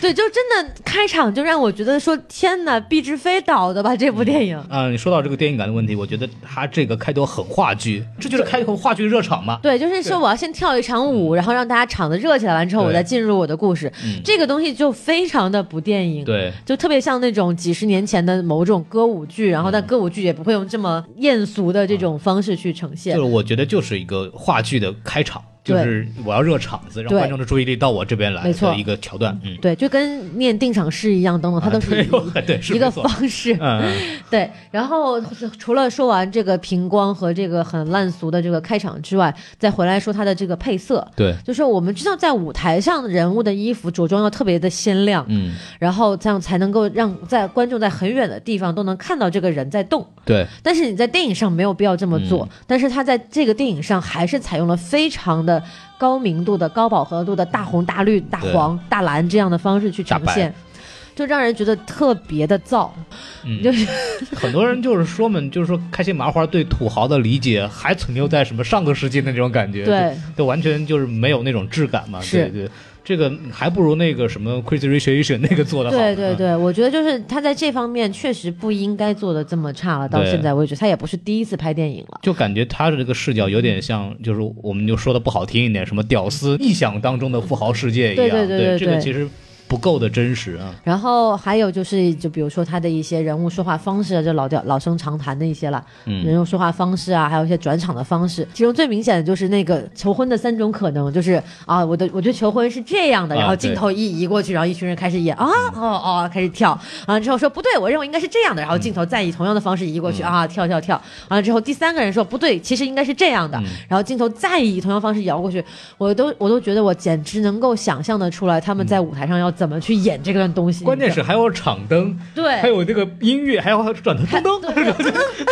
[SPEAKER 2] 对，就真的开场就让我觉得说：“天哪，毕志飞导的吧这部电影。
[SPEAKER 3] 啊、你说到这个电影感的问题，我觉得他这个开头很话剧，这就是开头话剧热场嘛。
[SPEAKER 2] 对，就是说我要先跳一场舞，然后让大家场子热起来，完之后
[SPEAKER 3] 对
[SPEAKER 2] 我再进入我的故事。这个东西就非常的不电影。
[SPEAKER 3] 嗯对，
[SPEAKER 2] 就特别像那种几十年前的某种歌舞剧，然后
[SPEAKER 3] 嗯
[SPEAKER 2] 但歌舞剧也不会用这么艳俗的这种方式去呈现
[SPEAKER 3] 就是。我觉得就是一个话剧的开场，就
[SPEAKER 2] 对
[SPEAKER 3] 是我要热场子，让
[SPEAKER 2] 对
[SPEAKER 3] 观众的注意力到我这边来
[SPEAKER 2] 没错
[SPEAKER 3] 的一个桥段。嗯，
[SPEAKER 2] 对，就跟念定场诗一样，等等，它
[SPEAKER 3] 啊
[SPEAKER 2] 都是
[SPEAKER 3] 对我对是
[SPEAKER 2] 一个
[SPEAKER 3] 没错
[SPEAKER 2] 方式。
[SPEAKER 3] 嗯，
[SPEAKER 2] 对，然后除了说完这个平光和这个很烂俗的这个开场之外，再回来说它的这个配色，
[SPEAKER 3] 对，
[SPEAKER 2] 就是我们知道在舞台上人物的衣服着装要特别的鲜亮，
[SPEAKER 3] 嗯，
[SPEAKER 2] 然后这样才能够让在观众在很远的地方都能看到这个人在动。
[SPEAKER 3] 对，
[SPEAKER 2] 但是你在电影上没有必要这么做，但是他在这个电影上还是采用了非常的高明度的、高饱和度的大红、大绿、大黄、大蓝这样的方式去呈
[SPEAKER 3] 大
[SPEAKER 2] 现
[SPEAKER 3] 白，
[SPEAKER 2] 就让人觉得特别的燥，
[SPEAKER 3] 嗯
[SPEAKER 2] 就是
[SPEAKER 3] 很多人就是说嘛，就是说开心麻花对土豪的理解还存留在什么上个世纪的那种感觉，
[SPEAKER 2] 对
[SPEAKER 3] 就，就完全就是没有那种质感嘛。
[SPEAKER 2] 是
[SPEAKER 3] 对对，这个还不如那个什么 Crazy Rich Asian 那个做的好。
[SPEAKER 2] 对对
[SPEAKER 3] 嗯
[SPEAKER 2] 对，我觉得就是他在这方面确实不应该做的这么差了。到
[SPEAKER 3] 对
[SPEAKER 2] 现在为止，他也不是第一次拍电影了。
[SPEAKER 3] 就感觉他的这个视角有点像，就是我们就说的不好听一点，什么屌丝臆想当中的富豪世界一样。
[SPEAKER 2] 对对对对
[SPEAKER 3] 这个
[SPEAKER 2] 对
[SPEAKER 3] 其实不够的真实啊。
[SPEAKER 2] 然后还有就是，就比如说他的一些人物说话方式啊，就老调老生常谈的一些了，
[SPEAKER 3] 嗯，
[SPEAKER 2] 人物说话方式啊，还有一些转场的方式。其中最明显的就是那个求婚的三种可能，就是啊，我的我觉得求婚是这样的，
[SPEAKER 3] 啊
[SPEAKER 2] 然后镜
[SPEAKER 3] 对
[SPEAKER 2] 头一移过去，然后一群人开始演啊，
[SPEAKER 3] 嗯
[SPEAKER 2] 哦哦，开始跳，完了之后说不对，我认为应该是这样的，然后镜头再以同样的方式移过
[SPEAKER 3] 嗯
[SPEAKER 2] 去、啊，跳跳跳，完了之后第三个人说不对，其实应该是这样的，
[SPEAKER 3] 嗯
[SPEAKER 2] 然后镜头再以同样方式摇过去，我都我都觉得我简直能够想象的出来他们在舞台上要怎么去演这段东西。
[SPEAKER 3] 嗯关键是还有场灯，
[SPEAKER 2] 嗯对
[SPEAKER 3] 还有这个音乐，还有转的
[SPEAKER 2] 还
[SPEAKER 3] 灯灯。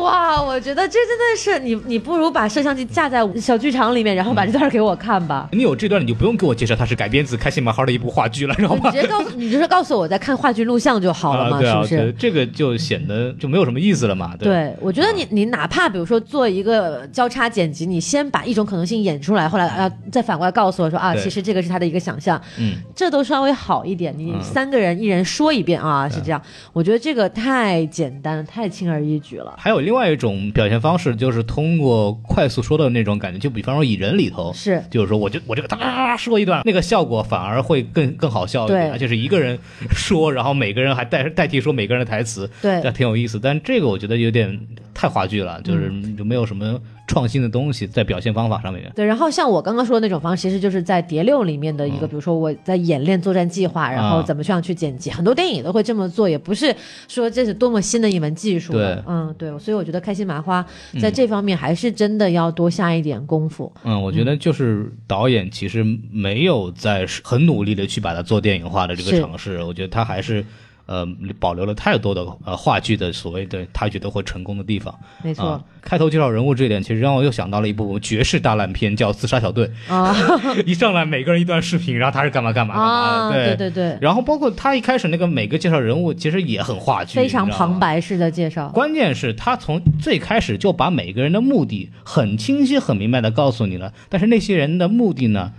[SPEAKER 2] 哇，我觉得这真的是你，你不如把摄像机架在小剧场里面，然后把
[SPEAKER 3] 嗯
[SPEAKER 2] 这段给我看吧。
[SPEAKER 3] 你有这段，你就不用给我介绍它是改编自开心麻花的一部话剧了，知道
[SPEAKER 2] 你
[SPEAKER 3] 吗
[SPEAKER 2] 直？接告诉，你就是告诉我在看话剧录像就好了嘛，
[SPEAKER 3] 啊，对
[SPEAKER 2] 是
[SPEAKER 3] 啊，
[SPEAKER 2] 不
[SPEAKER 3] 对
[SPEAKER 2] 是？
[SPEAKER 3] 这个就显得就没有什么意思了嘛。对
[SPEAKER 2] 对，我觉得你你哪怕比如说做一个交叉剪辑，你先把一种可能性演出来，后来啊再反过来告诉我说啊，
[SPEAKER 3] 对
[SPEAKER 2] 其实这个是他的一个想象，
[SPEAKER 3] 嗯，
[SPEAKER 2] 这都稍微好一点。你
[SPEAKER 3] 嗯
[SPEAKER 2] 三个人一人说一遍啊，是这样，我觉得这个太简单，太轻而易举了。
[SPEAKER 3] 还有另外一种表现方式，就是通过快速说的那种感觉，就比方说《蚁人》里头，
[SPEAKER 2] 是
[SPEAKER 3] 就是说我就我这个哒哒哒哒说一段，那个效果反而会更更好笑一
[SPEAKER 2] 对
[SPEAKER 3] 点，而且是一个人说，然后每个人还代 代替说每个人的台词，
[SPEAKER 2] 对
[SPEAKER 3] 这挺有意思。但这个我觉得有点太话剧了，就是
[SPEAKER 2] 嗯
[SPEAKER 3] 就没有什么创新的东西在表现方法上面。
[SPEAKER 2] 对，然后像我刚刚说的那种方式，其实就是在《谍六》里面的一个，比如说我在演练作战计划，然后
[SPEAKER 3] 嗯啊
[SPEAKER 2] 怎么这样去剪辑，很多电影都会这么做，也不是说这是多么新的一门技术了
[SPEAKER 3] 对
[SPEAKER 2] 嗯，对，所以我觉得开心麻花在这方面还是真的要多下一点功夫。
[SPEAKER 3] 嗯，我觉得就是导演其实没有在很努力的去把它做电影化的这个
[SPEAKER 2] 是
[SPEAKER 3] 尝试，我觉得他还是。呃保留了太多的呃话剧的所谓的他觉得会成功的地方。
[SPEAKER 2] 没错
[SPEAKER 3] 啊开头介绍人物这一点，其实让我又想到了一部绝世大烂片，叫《自杀小队》。
[SPEAKER 2] 啊
[SPEAKER 3] 一上来每个人一段视频，然后他是干嘛干嘛干嘛
[SPEAKER 2] 啊，对
[SPEAKER 3] 的，
[SPEAKER 2] 对对，
[SPEAKER 3] 然后包括他一开始那个每个介绍人物，其实也很话剧，
[SPEAKER 2] 非常
[SPEAKER 3] 你知道吗
[SPEAKER 2] 旁。白式的介绍，
[SPEAKER 3] 关键是，他从最开始就把每个人的目的很清晰、很明白的告诉你了，但是那些人的目的呢，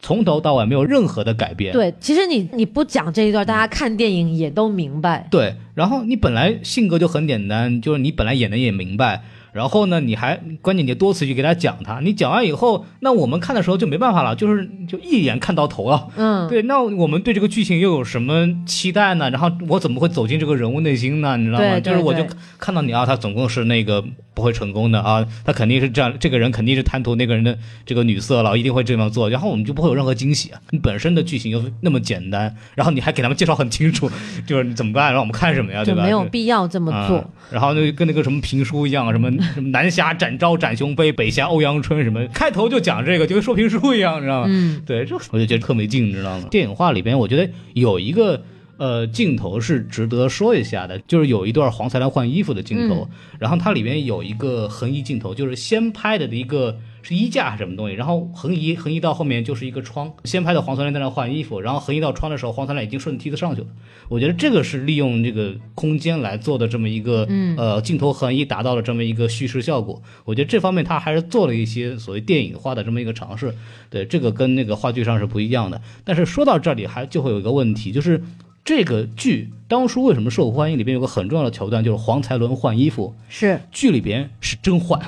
[SPEAKER 3] 从头到尾没有任何的改变。
[SPEAKER 2] 对，其实你你不讲这一段，大
[SPEAKER 3] 嗯
[SPEAKER 2] 家看电影也都明白。
[SPEAKER 3] 对，然后你本来性格就很简单，就是你本来演的也明白，然后呢，你还关键你多次去给他讲他，你讲完以后，那我们看的时候就没办法了，就是就一眼看到头了。
[SPEAKER 2] 嗯，
[SPEAKER 3] 对，那我们对这个剧情又有什么期待呢？然后我怎么会走进这个人物内心呢？你知道吗？
[SPEAKER 2] 对
[SPEAKER 3] 就是
[SPEAKER 2] 对
[SPEAKER 3] 我就
[SPEAKER 2] 对
[SPEAKER 3] 看到你啊，他总共是那个不会成功的啊，他肯定是这样，这个人肯定是贪图那个人的这个女色了，一定会这样做。然后我们就不会有任何惊喜。你本身的剧情又那么简单，然后你还给他们介绍很清楚， 就是你怎么办？让我们看什么呀？啊对
[SPEAKER 2] 就
[SPEAKER 3] 吧？
[SPEAKER 2] 没有
[SPEAKER 3] 对
[SPEAKER 2] 必要这么
[SPEAKER 3] 啊
[SPEAKER 2] 做。
[SPEAKER 3] 然后那跟那个什么评书一样，什么什么南侠展昭、展雄飞，北侠欧阳春，什么开头就讲这个，就跟说评书一样，你知道吗？
[SPEAKER 2] 嗯，
[SPEAKER 3] 对，这我就觉得特没劲，你知道吗？电影化里边，我觉得有一个。呃，镜头是值得说一下的，就是有一段黄才来换衣服的镜头，然后它里边有一个横移镜头，就是先拍的的一个是衣架还是什么东西，然后横移横移到后面就是一个窗，先拍到黄才来在那换衣服，然后横移到窗的时候，黄才来已经顺着梯子上去了。我觉得这个是利用这个空间来做的这么一个，嗯、呃，镜头横移达到了这么一个叙事效果。我觉得这方面他还是做了一些所谓电影化的这么一个尝试。对，这个跟那个话剧上是不一样的。但是说到这里，还就会有一个问题，就是这个剧当初为什么受欢迎？里边有个很重要的桥段，就是黄才伦换衣服，
[SPEAKER 2] 是
[SPEAKER 3] 剧里边是真换，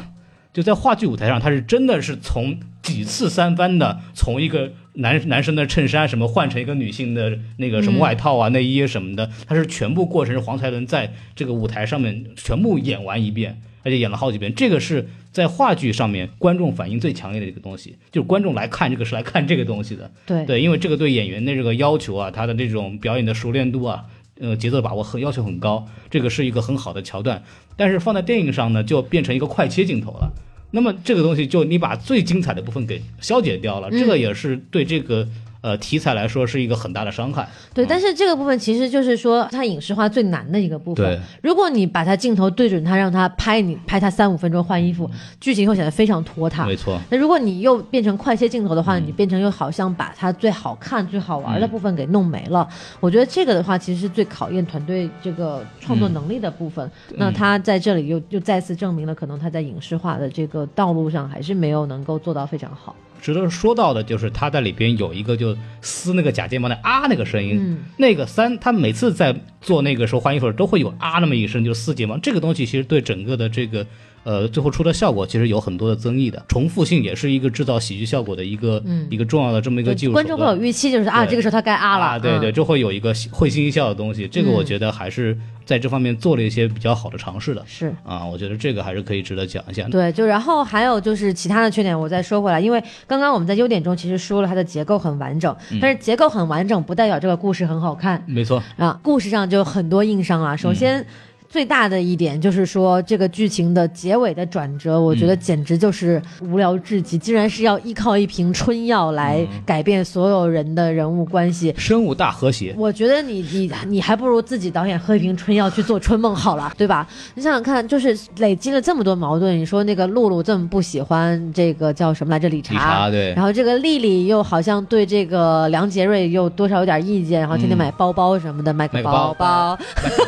[SPEAKER 3] 就在话剧舞台上，他是真的是从几次三番的从一个男男生的衬衫什么换成一个女性的那个什么外套啊、内衣什么的，他是全部过程是黄才伦在这个舞台上面全部演完一遍，而且演了好几遍。这个是在话剧上面观众反应最强烈的一个东西，就是观众来看这个是来看这个东西的。
[SPEAKER 2] 对
[SPEAKER 3] 对，因为这个对演员的这个要求啊，他的这种表演的熟练度啊，呃，节奏把握很要求很高，这个是一个很好的桥段。但是放在电影上呢，就变成一个快切镜头了。那么这个东西就你把最精彩的部分给消解掉了，这个也是对这个呃题材来说是一个很大的伤害。
[SPEAKER 2] 对，但是这个部分其实就是说它影视化最难的一个部分
[SPEAKER 3] 对。
[SPEAKER 2] 如果你把它镜头对准它，让它拍你拍它三五分钟换衣服，
[SPEAKER 3] 嗯
[SPEAKER 2] 剧情会显得非常拖沓
[SPEAKER 3] 没。错，
[SPEAKER 2] 那如果你又变成快切镜头的
[SPEAKER 3] 嗯
[SPEAKER 2] 话，你变成又好像把它最好看、最好玩的部分给弄没了。我觉得这个的话，其实是最考验团队这个创作能力的部分。那他在这里又又再次证明了，可能他在影视化的这个道路上还是没有能够做到非常好。
[SPEAKER 3] 值得说到的就是他在里边有一个就撕那个假睫毛的啊那个声音，
[SPEAKER 2] 嗯
[SPEAKER 3] 那个三他每次在做那个时候换衣服的时候都会有啊那么一声，就是撕睫毛这个东西其实对整个的这个呃最后出的效果其实有很多的争议的，重复性也是一个制造喜剧效果的一个、一个重要的这么一个技术手段。
[SPEAKER 2] 嗯观众会有预期，就是啊，
[SPEAKER 3] 对
[SPEAKER 2] 这个时候他该啊了。
[SPEAKER 3] 对对，
[SPEAKER 2] 嗯
[SPEAKER 3] 就会有一个会心一笑的东西。这个我觉得还是在这方面做了一些比较好的尝试的、
[SPEAKER 2] 是。
[SPEAKER 3] 啊，我觉得这个还是可以值得讲一下的。
[SPEAKER 2] 对，就然后还有就是其他的缺点，我再说回来，因为刚刚我们在优点中其实说了它的结构很完整，但是结构很完整不代表这个故事很好看
[SPEAKER 3] 没错，
[SPEAKER 2] 啊。故事上就有很多硬伤啊，首先。最大的一点就是说，这个剧情的结尾的转折，我觉得简直就是无聊至极，竟然是要依靠一瓶春药来改变所有人的人物关系，
[SPEAKER 3] 生物大和谐。
[SPEAKER 2] 我觉得你你你还不如自己导演喝一瓶春药去做春梦好了， 对吧？你想想看，就是累积了这么多矛盾，你说那个露露这么不喜欢这个叫什么来着理查，
[SPEAKER 3] 理查对
[SPEAKER 2] 然后这个丽丽又好像对这个梁杰瑞又多少有点意见，然后天天买包包什么的，嗯买个
[SPEAKER 3] 买个
[SPEAKER 2] 包
[SPEAKER 3] 包
[SPEAKER 2] 包。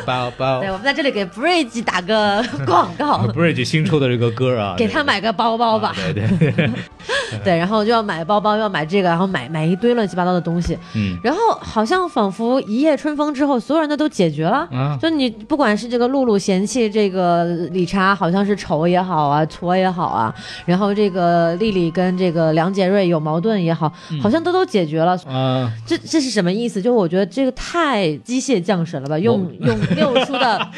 [SPEAKER 3] 包包
[SPEAKER 2] 对，我们在这里给 Bridge 打 个广告。
[SPEAKER 3] Bridge 新出啊的这个歌啊，
[SPEAKER 2] 给他买个包包吧，
[SPEAKER 3] 对对 对，
[SPEAKER 2] 啊对，然后就要买包包，要买这个，然后买买一堆乱七八糟的东西，
[SPEAKER 3] 嗯
[SPEAKER 2] 然后好像仿佛一夜春风之后，所有人的都解决了。
[SPEAKER 3] 啊，
[SPEAKER 2] 就你不管是这个露露嫌弃这个理查好像是丑也好啊，矬也好啊，然后这个丽丽跟这个梁杰瑞有矛盾也好，好像都都解决了。
[SPEAKER 3] 啊，
[SPEAKER 2] 这这是什么意思？就我觉得这个太机械降神了吧？用用六叔的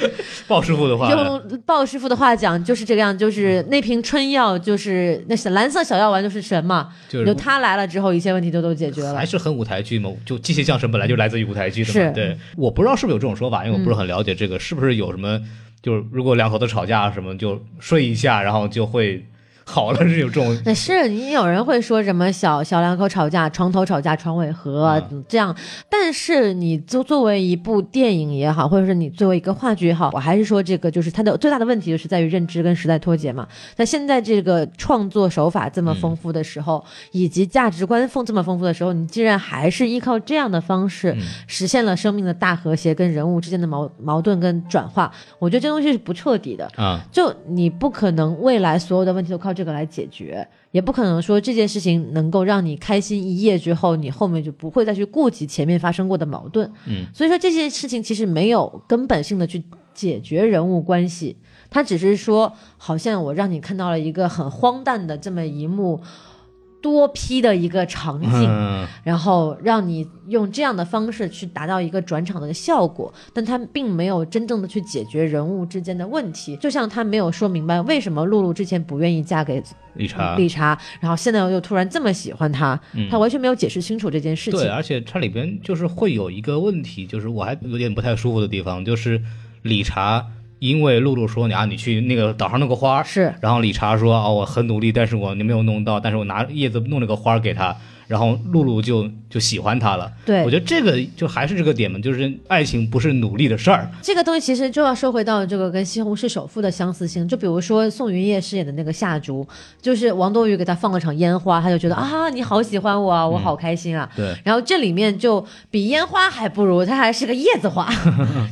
[SPEAKER 3] 鲍师傅的话，
[SPEAKER 2] 用鲍师傅的话讲，就是这个样，就是那瓶春药就是那小蓝色小药丸就是神嘛，
[SPEAKER 3] 就是
[SPEAKER 2] 就他来了之后，一切问题都都解决了
[SPEAKER 3] 还。是很舞台剧嘛，就机械降神本来就来自于舞台剧的
[SPEAKER 2] 是嗯
[SPEAKER 3] 嘛。对，我不知道是不是有这种说法，因为我不是很了解这个，是不是有什么，就是如果两口子吵架什么，就睡一下，然后就会好了是有这种
[SPEAKER 2] 那是你有人会说什么小小两口吵架，床头吵架床尾和、
[SPEAKER 3] 啊
[SPEAKER 2] 嗯这样，但是你作作为一部电影也好，或者是你作为一个话剧也好，我还是说这个就是它的最大的问题就是在于认知跟时代脱节嘛。在现在这个创作手法
[SPEAKER 3] 嗯
[SPEAKER 2] 这么丰富的时候，以及价值观丰这么丰富的时候，你竟然还是依靠这样的方式
[SPEAKER 3] 嗯
[SPEAKER 2] 实现了生命的大和谐跟人物之间的矛矛盾跟转化，我觉得这东西是不彻底的。
[SPEAKER 3] 啊，
[SPEAKER 2] 就你不可能未来所有的问题都靠这个来解决，也不可能说这件事情能够让你开心一夜之后，你后面就不会再去顾及前面发生过的矛盾。
[SPEAKER 3] 嗯，
[SPEAKER 2] 所以说这件事情其实没有根本性的去解决人物关系，它只是说好像我让你看到了一个很荒诞的这么一幕。多批的一个场景，
[SPEAKER 3] 嗯，
[SPEAKER 2] 然后让你用这样的方式去达到一个转场的效果，但他并没有真正的去解决人物之间的问题，就像他没有说明白为什么露露之前不愿意嫁给
[SPEAKER 3] 理查，
[SPEAKER 2] 理查，然后现在又突然这么喜欢他，
[SPEAKER 3] 嗯
[SPEAKER 2] 他完全没有解释清楚这件事
[SPEAKER 3] 对，啊
[SPEAKER 2] 情。
[SPEAKER 3] 而且它里边就是会有一个问题，就是我还有点不太舒服的地方，就是理查因为露露说你啊，你去那个岛上弄个花儿，
[SPEAKER 2] 是
[SPEAKER 3] 然后理查说啊，我很努力，但是我没有弄到，但是我拿叶子弄了个花儿给他，然后露露就就喜欢他了。
[SPEAKER 2] 对
[SPEAKER 3] 我觉得这个就还是这个点嘛，就是爱情不是努力的事儿。
[SPEAKER 2] 这个东西其实就要说回到这个跟《西红柿首富》的相似性，就比如说宋云烨饰演的那个夏竹，就是王多鱼给他放了场烟花，他就
[SPEAKER 3] 嗯
[SPEAKER 2] 觉得啊你好喜欢我啊，我好开心啊。
[SPEAKER 3] 对
[SPEAKER 2] 然后这里面就比烟花还不如，它还是个叶子 花，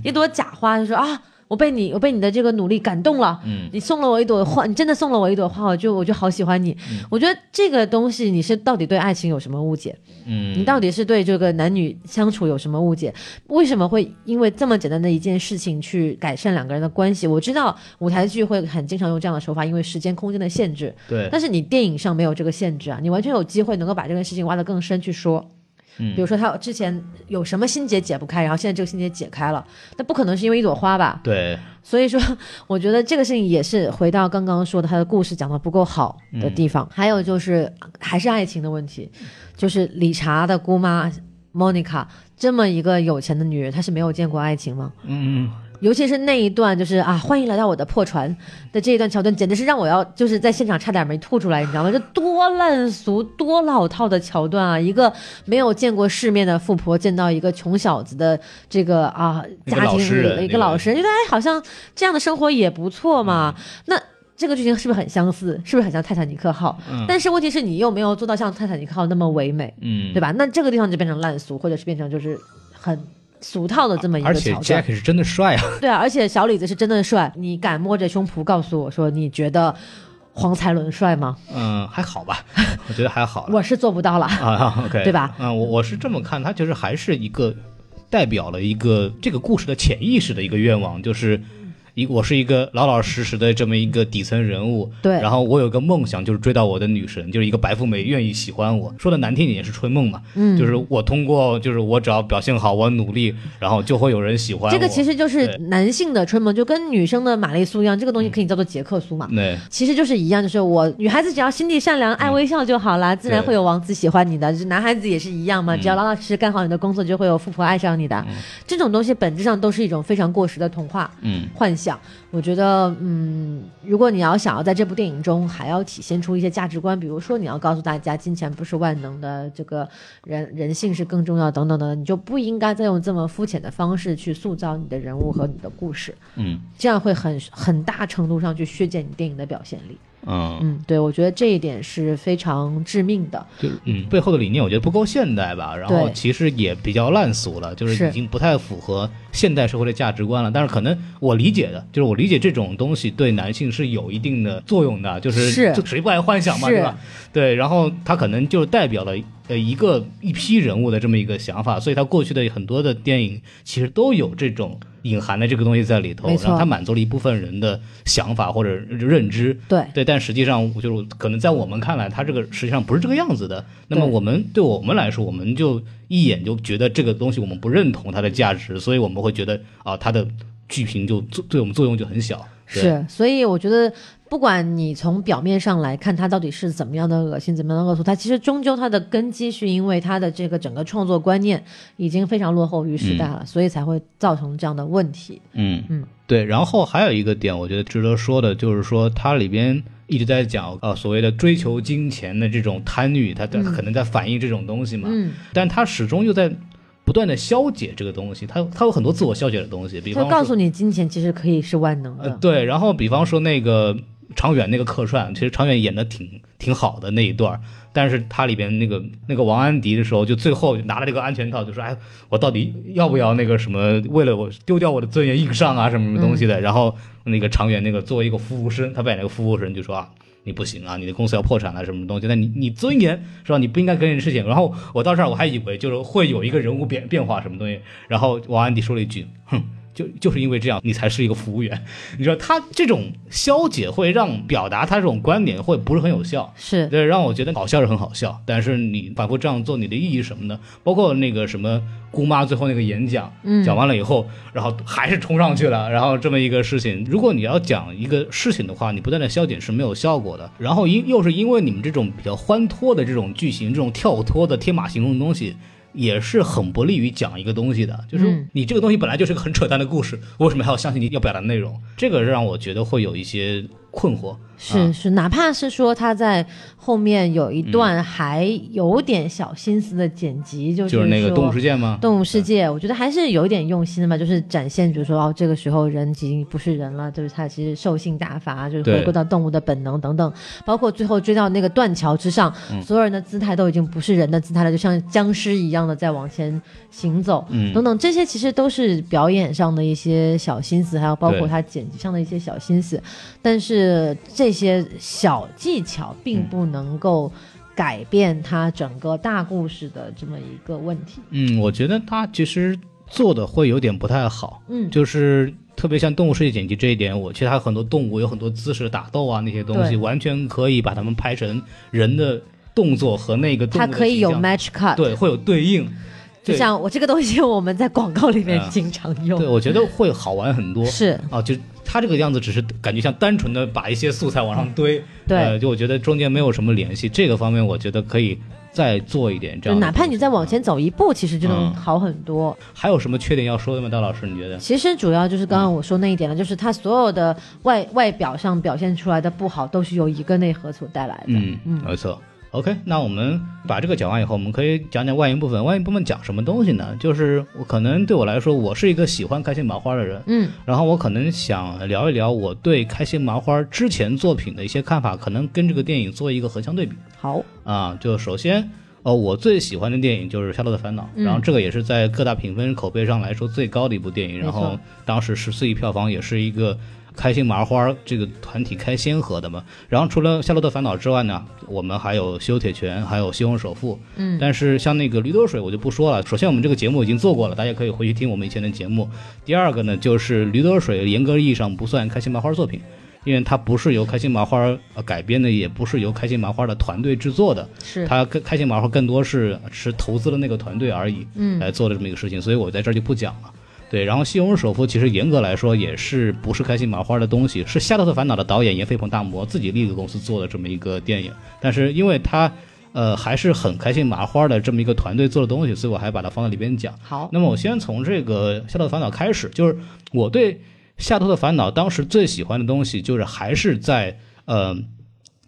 [SPEAKER 2] 一朵假花，就说啊。我被你，我被你的这个努力感动了。
[SPEAKER 3] 嗯，
[SPEAKER 2] 你送了我一朵花，你真的送了我一朵花，我就我就好喜欢你。
[SPEAKER 3] 嗯
[SPEAKER 2] 我觉得这个东西，你是到底对爱情有什么误解？
[SPEAKER 3] 嗯，
[SPEAKER 2] 你到底是对这个男女相处有什么误解？为什么会因为这么简单的一件事情去改善两个人的关系？我知道舞台剧会很经常用这样的手法，因为时间空间的限制。
[SPEAKER 3] 对，
[SPEAKER 2] 但是你电影上没有这个限制啊，你完全有机会能够把这个事情挖得更深去说。
[SPEAKER 3] 嗯
[SPEAKER 2] 比如说他之前有什么心结解不开，然后现在这个心结解开了，那不可能是因为一朵花吧？
[SPEAKER 3] 对，
[SPEAKER 2] 所以说， 我觉得这个事情也是回到刚刚说的，他的故事讲的不够好的地
[SPEAKER 3] 嗯
[SPEAKER 2] 方。还有就是，还是爱情的问题，就是理查的姑妈 Monica 这么一个有钱的女人，她是没有见过爱情吗？
[SPEAKER 3] 嗯，
[SPEAKER 2] 尤其是那一段，就是啊，欢迎来到我的破船的这一段桥段，简直是让我要就是在现场差点没吐出来，你知道吗？这多烂俗、多老套的桥段啊！一个没有见过世面的富婆见到一个穷小子的这个啊
[SPEAKER 3] 一个
[SPEAKER 2] 家
[SPEAKER 3] 老
[SPEAKER 2] 庭
[SPEAKER 3] 实
[SPEAKER 2] 里
[SPEAKER 3] 人嗯
[SPEAKER 2] 的一个
[SPEAKER 3] 那个
[SPEAKER 2] 老实人，觉得哎，好像这样的生活也不错嘛。那这个剧情是不是很相似？是不是很像《泰坦尼克号》
[SPEAKER 3] 嗯
[SPEAKER 2] 但是问题是你又没有做到像《泰坦尼克号》那么唯美，
[SPEAKER 3] 嗯，
[SPEAKER 2] 对吧？那这个地方就变成烂俗，或者是变成就是很俗套的这么一个
[SPEAKER 3] 而且
[SPEAKER 2] 桥段。
[SPEAKER 3] Jack 是真的帅啊，
[SPEAKER 2] 对啊，而且小李子是真的帅，你敢摸着胸脯告诉我说你觉得黄才伦帅吗？
[SPEAKER 3] 嗯，还好吧，我觉得还好了。
[SPEAKER 2] 我是做不到了。
[SPEAKER 3] 啊，OK，
[SPEAKER 2] 对吧
[SPEAKER 3] 嗯，我我是这么看，它其实还是一个代表了一个这个故事的潜意识的一个愿望，就是一我是一个老老实实的这么一个底层人物，
[SPEAKER 2] 对
[SPEAKER 3] 然后我有个梦想就是追到我的女神，就是一个白富美愿意喜欢我，说的难听点也是春梦嘛，嗯，就是我通过就是我只要表现好，我努力，然后就会有人喜欢我。
[SPEAKER 2] 这个其实就是
[SPEAKER 3] 对嗯
[SPEAKER 2] 男性的春梦，就跟女生的玛丽苏一样，这个东西可以叫做杰克苏嘛。
[SPEAKER 3] 对。
[SPEAKER 2] 其实就是一样，就是我女孩子只要心地善良、爱微笑就好啦，自然
[SPEAKER 3] 对嗯
[SPEAKER 2] 会有王子喜欢你的。就是男孩子也是一样嘛，只要老老实实干好你的工作，就会有富婆爱上你的。这种东西本质上都是一种非常过时的童话。
[SPEAKER 3] 嗯，
[SPEAKER 2] 幻想。我觉得，嗯，如果你要想要在这部电影中还要体现出一些价值观，比如说你要告诉大家金钱不是万能的，这个人人性是更重要等等等等，你就不应该再用这么肤浅的方式去塑造你的人物和你的故事，
[SPEAKER 3] 嗯
[SPEAKER 2] 这样会很很大程度上去削减你电影的表现力。
[SPEAKER 3] 嗯，
[SPEAKER 2] 嗯，对，我觉得这一点是非常致命的。
[SPEAKER 3] 就是嗯，背后的理念我觉得不够现代吧，然后
[SPEAKER 2] 对
[SPEAKER 3] 其实也比较烂俗了，就是
[SPEAKER 2] 是
[SPEAKER 3] 已经不太符合现代社会的价值观了。但是可能我理解的，就是我理解这种东西对男性是有一定的作用的，就是
[SPEAKER 2] 是
[SPEAKER 3] 就谁不爱幻想嘛，
[SPEAKER 2] 是
[SPEAKER 3] 对吧？对，然后他可能就代表了呃一个一批人物的这么一个想法，所以他过去的很多的电影其实都有这种隐含的这个东西在里头，
[SPEAKER 2] 没错
[SPEAKER 3] 然后他满足了一部分人的想法或者认知，
[SPEAKER 2] 对，
[SPEAKER 3] 对，但实际上我就是可能在我们看来，它这个实际上不是这个样子的。那么
[SPEAKER 2] 对
[SPEAKER 3] 我们对我们来说，我们就一眼就觉得这个东西我们不认同它的价值，所以我们会觉得啊、它的剧评就作对我们作用就很小。对，
[SPEAKER 2] 是，所以我觉得，不管你从表面上来看，它到底是怎么样的恶心，怎么样的恶俗，它其实终究它的根基是因为它的这个整个创作观念已经非常落后于时代了，所以才会造成这样的问题。
[SPEAKER 3] 嗯
[SPEAKER 2] 嗯
[SPEAKER 3] 对。然后还有一个点，我觉得值得说的就是说，它里边一直在讲呃所谓的追求金钱的这种贪欲，它它可能在反映这种东西嘛。
[SPEAKER 2] 嗯，
[SPEAKER 3] 但他始终又在不断的消解这个东西，他他有很多自我消解的东西，比
[SPEAKER 2] 就
[SPEAKER 3] 方
[SPEAKER 2] 告
[SPEAKER 3] 说
[SPEAKER 2] 诉你，金钱其实可以是万能
[SPEAKER 3] 呃
[SPEAKER 2] 的。
[SPEAKER 3] 对，然后比方说那个常远那个客串，其实常远演的挺挺好的那一段儿，但是他里边那个那个王安迪的时候，就最后拿了这个安全套，就说哎，我到底要不要那个什么，为了我丢掉我的尊严硬上啊什么什么东西的，然后那个常远那个作为一个服务生，他扮演了个服务生就说啊。你不行啊！你的公司要破产了，什么东西？那你你尊严是吧？你不应该干这件事情。然后我到这儿我还以为就是会有一个人物变变化什么东西，然后王安迪说了一句：“哼，就就是因为这样，你才是一个服务员。”你知道他这种消解会让表达他这种观点会不是很有效，
[SPEAKER 2] 是，
[SPEAKER 3] 对，让我觉得好笑是很好笑，但是你反复这样做，你的意义什么的，包括那个什么姑妈最后那个演讲，
[SPEAKER 2] 嗯
[SPEAKER 3] 讲完了以后，然后还是冲上去了，然后这么一个事情，如果你要讲一个事情的话，你不断的消解是没有效果的。然后因又是因为你们这种比较欢脱的这种剧情，这种跳脱的天马行空的东西。也是很不利于讲一个东西的，就是
[SPEAKER 2] 嗯
[SPEAKER 3] 你这个东西本来就是个很扯淡的故事，为什么还要相信你要表达的内容？这个让我觉得会有一些困惑。
[SPEAKER 2] 是是，哪怕是说他在后面有一段还有点小心思的剪辑，就
[SPEAKER 3] 嗯就是那个
[SPEAKER 2] 说
[SPEAKER 3] 动物世界吗？
[SPEAKER 2] 动物世界，我觉得还是有一点用心的嘛，就是展现，比如说哦，这个时候人已经不是人了，就是他其实兽性大发，就是
[SPEAKER 3] 对
[SPEAKER 2] 回归到动物的本能等等，包括最后追到那个断桥之上，所有人的姿态都已经不是人的姿态了，就像僵尸一样的在往前行走，
[SPEAKER 3] 嗯
[SPEAKER 2] 等等，这些其实都是表演上的一些小心思，还有包括
[SPEAKER 3] 对
[SPEAKER 2] 他剪辑上的一些小心思，但是这些小技巧并
[SPEAKER 3] 嗯
[SPEAKER 2] 不能够。改变它整个大故事的这么一个问题，
[SPEAKER 3] 嗯，我觉得他其实做的会有点不太好，
[SPEAKER 2] 嗯，
[SPEAKER 3] 就是特别像动物世界剪辑这一点，我其实它很多动物有很多姿势打斗啊那些东西，
[SPEAKER 2] 对
[SPEAKER 3] 完全可以把它们拍成人的动作和那个动
[SPEAKER 2] 它
[SPEAKER 3] 物的
[SPEAKER 2] 可以
[SPEAKER 3] 形
[SPEAKER 2] 有
[SPEAKER 3] 象
[SPEAKER 2] match cut，
[SPEAKER 3] 对，会有对应。
[SPEAKER 2] 就
[SPEAKER 3] 对
[SPEAKER 2] 像我这个东西，我们在广告里面
[SPEAKER 3] 嗯
[SPEAKER 2] 经常
[SPEAKER 3] 对，
[SPEAKER 2] 用，
[SPEAKER 3] 我觉得会好玩很多。
[SPEAKER 2] 是
[SPEAKER 3] 啊，就他这个样子，只是感觉像单纯的把一些素材往上堆，
[SPEAKER 2] 嗯对
[SPEAKER 3] 呃，就我觉得中间没有什么联系，这个方面我觉得可以再做一点这
[SPEAKER 2] 就
[SPEAKER 3] 样的东西。
[SPEAKER 2] 哪怕你再往前走一步，其实就能
[SPEAKER 3] 嗯
[SPEAKER 2] 好很多。
[SPEAKER 3] 还有什么缺点要说的吗？大老师，你觉得？
[SPEAKER 2] 其实主要就是刚刚我说那一点了，就是它所有的外外表上表现出来的不好，都是由一个内核所带来的。
[SPEAKER 3] 嗯，没错。OK，那我们把这个讲完以后，我们可以讲讲外延部分。外延部分讲什么东西呢？就是我可能对我来说，我是一个喜欢开心麻花的人，
[SPEAKER 2] 嗯，
[SPEAKER 3] 然后我可能想聊一聊我对开心麻花之前作品的一些看法，可能跟这个电影做一个横向对比
[SPEAKER 2] 好，
[SPEAKER 3] 啊。就首先，呃，我最喜欢的电影就是《夏洛特烦恼》，
[SPEAKER 2] 嗯
[SPEAKER 3] 然后这个也是在各大评分口碑上来说最高的一部电影，
[SPEAKER 2] 没
[SPEAKER 3] 然
[SPEAKER 2] 错
[SPEAKER 3] 后当时十四亿票房也是一个开心麻花这个团体开先河的嘛。然后除了《夏洛特烦恼》之外呢，我们还有《吸血铁拳》，还有《西虹首富》。
[SPEAKER 2] 嗯，
[SPEAKER 3] 但是像那个驴得水我就不说了。首先我们这个节目已经做过了，大家可以回去听我们以前的节目。第二个呢，就是驴得水严格意义上不算开心麻花作品。因为它不是由开心麻花呃改编的，也不是由开心麻花的团队制作的，
[SPEAKER 2] 是，
[SPEAKER 3] 它跟开心麻花更多是是投资了那个团队而已。
[SPEAKER 2] 嗯，
[SPEAKER 3] 来做的这么一个事情，所以我在这儿就不讲了。对，然后《西虹首富》其实严格来说也是不是开心麻花的东西，是《夏洛特烦恼》的导演严飞鹏大魔自己立的公司做的这么一个电影，但是因为他呃还是很开心麻花的这么一个团队做的东西，所以我还把它放在里边讲。
[SPEAKER 2] 好，
[SPEAKER 3] 那么我先从这个《夏洛特烦恼》开始，就是我对《夏洛特烦恼》当时最喜欢的东西，就是还是在呃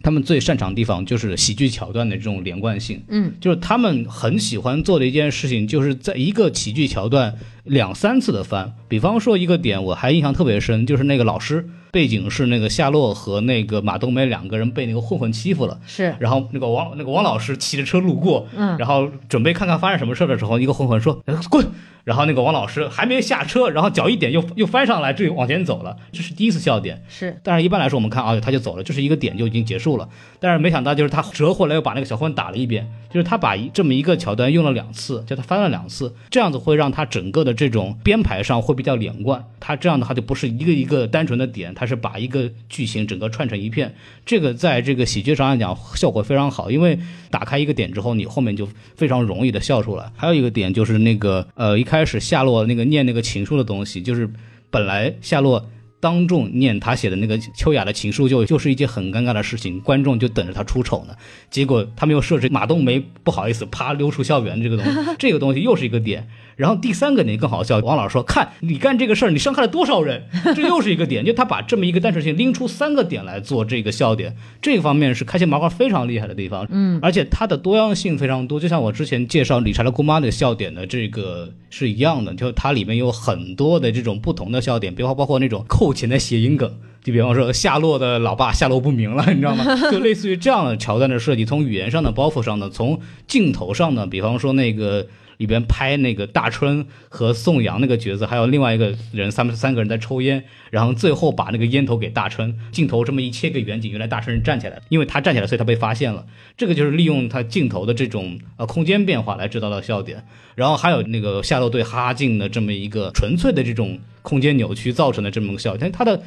[SPEAKER 3] 他们最擅长的地方，就是喜剧桥段的这种连贯性。
[SPEAKER 2] 嗯，
[SPEAKER 3] 就是他们很喜欢做的一件事情，就是在一个喜剧桥段两三次的翻。比方说一个点，我还印象特别深，就是那个老师背景是那个夏洛和那个马冬梅两个人被那个混混欺负了。
[SPEAKER 2] 是，
[SPEAKER 3] 然后那个王那个王老师骑着车路过，
[SPEAKER 2] 嗯
[SPEAKER 3] 然后准备看看发生什么事的时候，一个混混说呃滚，然后那个王老师还没下车，然后脚一点又又翻上来，这往前走了，这是第一次笑点。
[SPEAKER 2] 是，
[SPEAKER 3] 但是一般来说，我们看啊，他就走了，这是一个点就已经结束了。但是没想到就是他折回来又把那个小混打了一遍，就是他把一这么一个桥段用了两次，就他翻了两次，这样子会让他整个的这种编排上会比较连贯。他这样的话就不是一个一个单纯的点，他是把一个剧情整个串成一片。这个在这个喜剧上来讲效果非常好，因为打开一个点之后，你后面就非常容易的笑出来。还有一个点就是那个呃一开始夏洛那个念那个情书的东西，就是本来夏洛当众念他写的那个秋雅的情书就，就是一件很尴尬的事情，观众就等着他出丑呢。结果他没有设置马冬梅不好意思啪溜出校园这个东西， 这个东西又是一个点。然后第三个点更好笑，王老师说：“看你干这个事儿，你伤害了多少人？”这又是一个点，就他把这么一个单事情拎出三个点来做这个笑点，这个方面是开心麻花非常厉害的地方。嗯，而且它的多样性非常多，就像我之前介绍理查的姑妈的笑点的这个是一样的，就它里面有很多的这种不同的笑点，包括包括那种扣钱的谐音梗。就比方说夏洛的老爸下落不明了，你知道吗？就类似于这样的桥段的设计，从语言上的包袱上呢，从镜头上呢，比方说那个里边拍那个大春和宋阳那个角色，还有另外一个人，他们三个人在抽烟，然后最后把那个烟头给大春，镜头这么一切个远景，原来大春是站起来的，因为他站起来，所以他被发现了。这个就是利用他镜头的这种呃空间变化来制造的笑点。然后还有那个夏洛对哈哈镜的这么一个纯粹的这种空间扭曲造成的这么个笑点，但是它的。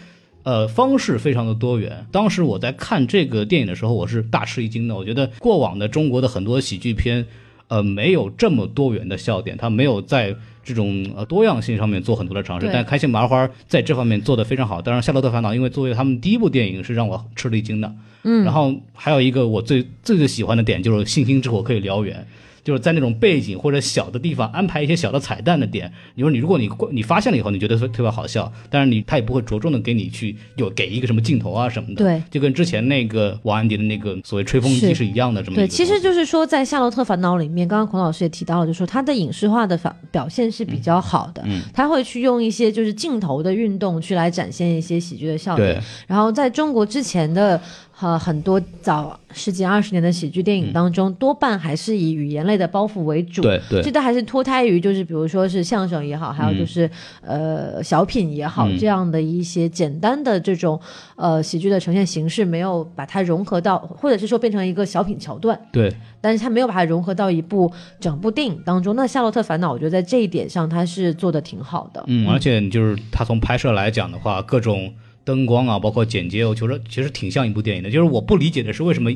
[SPEAKER 3] 呃，方式非常的多元。当时我在看这个电影的时候，我是大吃一惊的。我觉得过往的中国的很多喜剧片，呃，没有这么多元的笑点，它没有在这种呃多样性上面做很多的尝试。
[SPEAKER 2] 对
[SPEAKER 3] 但开心麻花在这方面做得非常好。当然，《夏洛特烦恼》因为作为他们第一部电影，是让我吃了一惊的。嗯，然后还有一个我最最最喜欢的点就是星星之火可以燎原。就是在那种背景或者小的地方安排一些小的彩蛋的点。你说你如果你你发现了以后，你觉得特特别好笑，但是你他也不会着重的给你去有给一个什么镜头啊什么的。
[SPEAKER 2] 对，
[SPEAKER 3] 就跟之前那个王安迪的那个所谓吹风机
[SPEAKER 2] 是
[SPEAKER 3] 是一样的这么一
[SPEAKER 2] 对，
[SPEAKER 3] 个
[SPEAKER 2] 其
[SPEAKER 3] 东
[SPEAKER 2] 实
[SPEAKER 3] 西
[SPEAKER 2] 就是说，在《夏洛特烦恼》里面，刚刚孔老师也提到了，就是说他的影视化的反表现是比较好的，
[SPEAKER 3] 嗯嗯
[SPEAKER 2] 他会去用一些就是镜头的运动去来展现一些喜剧的笑点。
[SPEAKER 3] 对
[SPEAKER 2] 然后在中国之前的呃很多早十几二十年的喜剧电影当中，多半还是以语言类的包袱为主。
[SPEAKER 3] 嗯对对
[SPEAKER 2] 这都还是脱胎于就是比如说是相声也好，还有就是、呃小品也好、
[SPEAKER 3] 嗯
[SPEAKER 2] 这样的一些简单的这种呃喜剧的呈现形式，没有把它融合到，或者是说变成一个小品桥段，
[SPEAKER 3] 对
[SPEAKER 2] 但是它没有把它融合到一部整部电影当中。那《夏洛特烦恼》我觉得在这一点上它是做的挺好的。
[SPEAKER 3] 嗯，而且你就是他从拍摄来讲的话，各种灯光啊，包括剪接，我觉得其实挺像一部电影的。就是我不理解的是为什么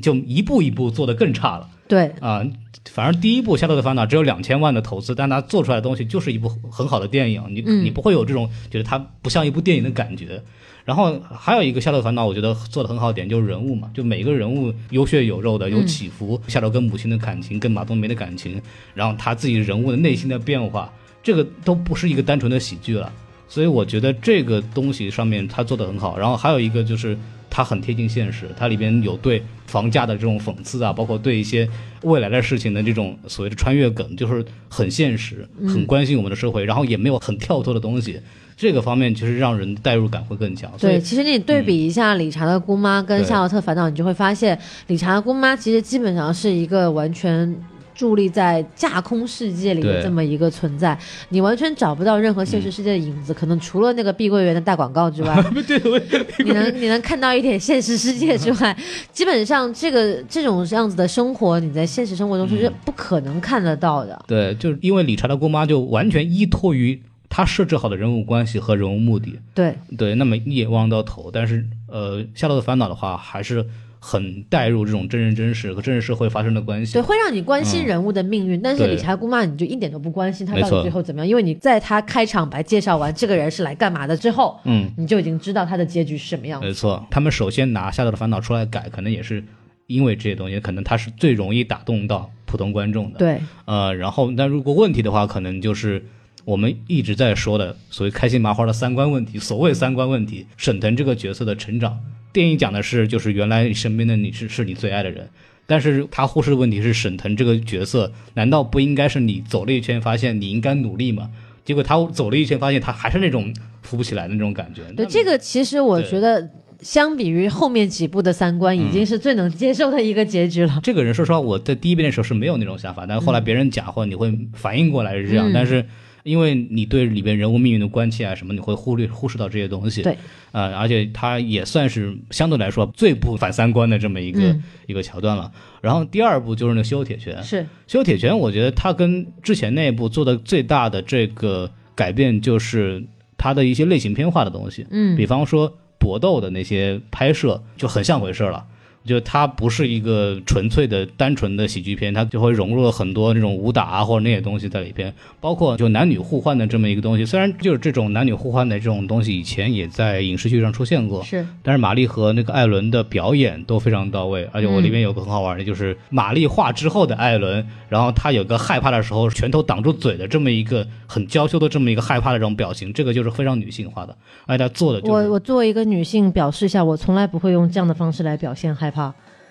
[SPEAKER 3] 就一步一步做得更差了。
[SPEAKER 2] 对，
[SPEAKER 3] 啊，反正第一部《夏洛特烦恼》只有两千万的投资，但它做出来的东西就是一部很好的电影，你、你不会有这种觉得它不像一部电影的感觉。然后还有一个《夏洛特烦恼》，我觉得做的很好的点就是人物嘛，就每个人物有血有肉的，有起伏。夏洛跟母亲的感情，跟马冬梅的感情，然后他自己人物的内心的变化，这个都不是一个单纯的喜剧了。所以我觉得这个东西上面他做的很好。然后还有一个就是它很贴近现实，它里边有对房价的这种讽刺啊，包括对一些未来的事情的这种所谓的穿越梗，就是很现实，很关心我们的社会，然后也没有很跳脱的东西。这个方面就是让人代入感会更强。所以嗯
[SPEAKER 2] 对，其实你对比一下《理查的姑妈》跟
[SPEAKER 3] 对
[SPEAKER 2] 《夏洛特烦恼》，你就会发现，《理查的姑妈》其实基本上是一个完全。伫立在架空世界里的
[SPEAKER 3] 对嗯
[SPEAKER 2] 这么一个存在，你完全找不到任何现实世界的影子，可能除了那个碧桂园的大广告之 外，
[SPEAKER 3] 对对
[SPEAKER 2] 你能你能看到一点现实世界之 外，基本上这个这种样子的生活，你在现实生活中
[SPEAKER 3] 嗯
[SPEAKER 2] 是不可能看得到的。
[SPEAKER 3] 对，就是因为理查的姑妈就完全依托于他设置好的人物关系和人物目的，
[SPEAKER 2] 对，
[SPEAKER 3] 对，那么一眼望到头。但是，呃，《夏洛的烦恼》的话，还是很带入这种真人真事和真实社会发生的关系
[SPEAKER 2] 对，。会让你关心人物的命运，但是
[SPEAKER 3] 嗯对
[SPEAKER 2] 理查姑妈你就一点都不关心他
[SPEAKER 3] 没
[SPEAKER 2] 到底
[SPEAKER 3] 错
[SPEAKER 2] 最后怎么样，因为你在他开场白介绍完这个人是来干嘛的之后，
[SPEAKER 3] 嗯，
[SPEAKER 2] 你就已经知道他的结局是什么样
[SPEAKER 3] 没
[SPEAKER 2] 子。
[SPEAKER 3] 错，他们首先拿《夏洛的烦恼》出来改，可能也是因为这些东西，可能它是最容易打动到普通观众的。，
[SPEAKER 2] 对，
[SPEAKER 3] 呃，然后那如果问题的话，可能就是我们一直在说的所谓开心麻花的三观问题。所谓三观问题，沈腾这个角色的成长，电影讲的是就是原来你身边的你是是你最爱的人。但是他忽视的问题是，沈腾这个角色难道不应该是你走了一圈，发现你应该努力吗？结果他走了一圈，发现他还是那种扶不起来的那种感觉。
[SPEAKER 2] 对，
[SPEAKER 3] 那
[SPEAKER 2] 这个其实我
[SPEAKER 3] 对嗯
[SPEAKER 2] 觉得。相比于后面几部的三观，已经是最能接受的一个结局了。
[SPEAKER 3] 这个人说实话，我在第一遍的时候是没有那种想法，但是后来
[SPEAKER 2] 嗯
[SPEAKER 3] 别人讲或者你会反应过来是这样，但是因为你对里边人物命运的关切啊什么，你会忽略忽视到这些东西。
[SPEAKER 2] 对，
[SPEAKER 3] 呃，而且它也算是相对来说最不反三观的这么一个、
[SPEAKER 2] 嗯
[SPEAKER 3] 一个桥段了。然后第二部就是那个修铁拳，
[SPEAKER 2] 是
[SPEAKER 3] 修铁拳，我觉得它跟之前那一部做的最大的这个改变就是它的一些类型片化的东西，
[SPEAKER 2] 嗯
[SPEAKER 3] 比方说搏斗的那些拍摄就很像回事了。就它不是一个纯粹的、单纯的喜剧片，它就会融入了很多那种武打啊或者那些东西在里边，包括就男女互换的这么一个东西。虽然就是这种男女互换的这种东西以前也在影视剧上出现过，
[SPEAKER 2] 是
[SPEAKER 3] 但是玛丽和那个艾伦的表演都非常到位，而且
[SPEAKER 2] 嗯
[SPEAKER 3] 我里面有个很好玩的，就是玛丽化之后的艾伦，然后他有个害怕的时候，拳头挡住嘴的这么一个很娇羞的这么一个害怕的这种表情，这个就是非常女性化的，而且他做的就
[SPEAKER 2] 我
[SPEAKER 3] 是
[SPEAKER 2] 我作为一个女性表示一下，我从来不会用这样的方式来表现害怕。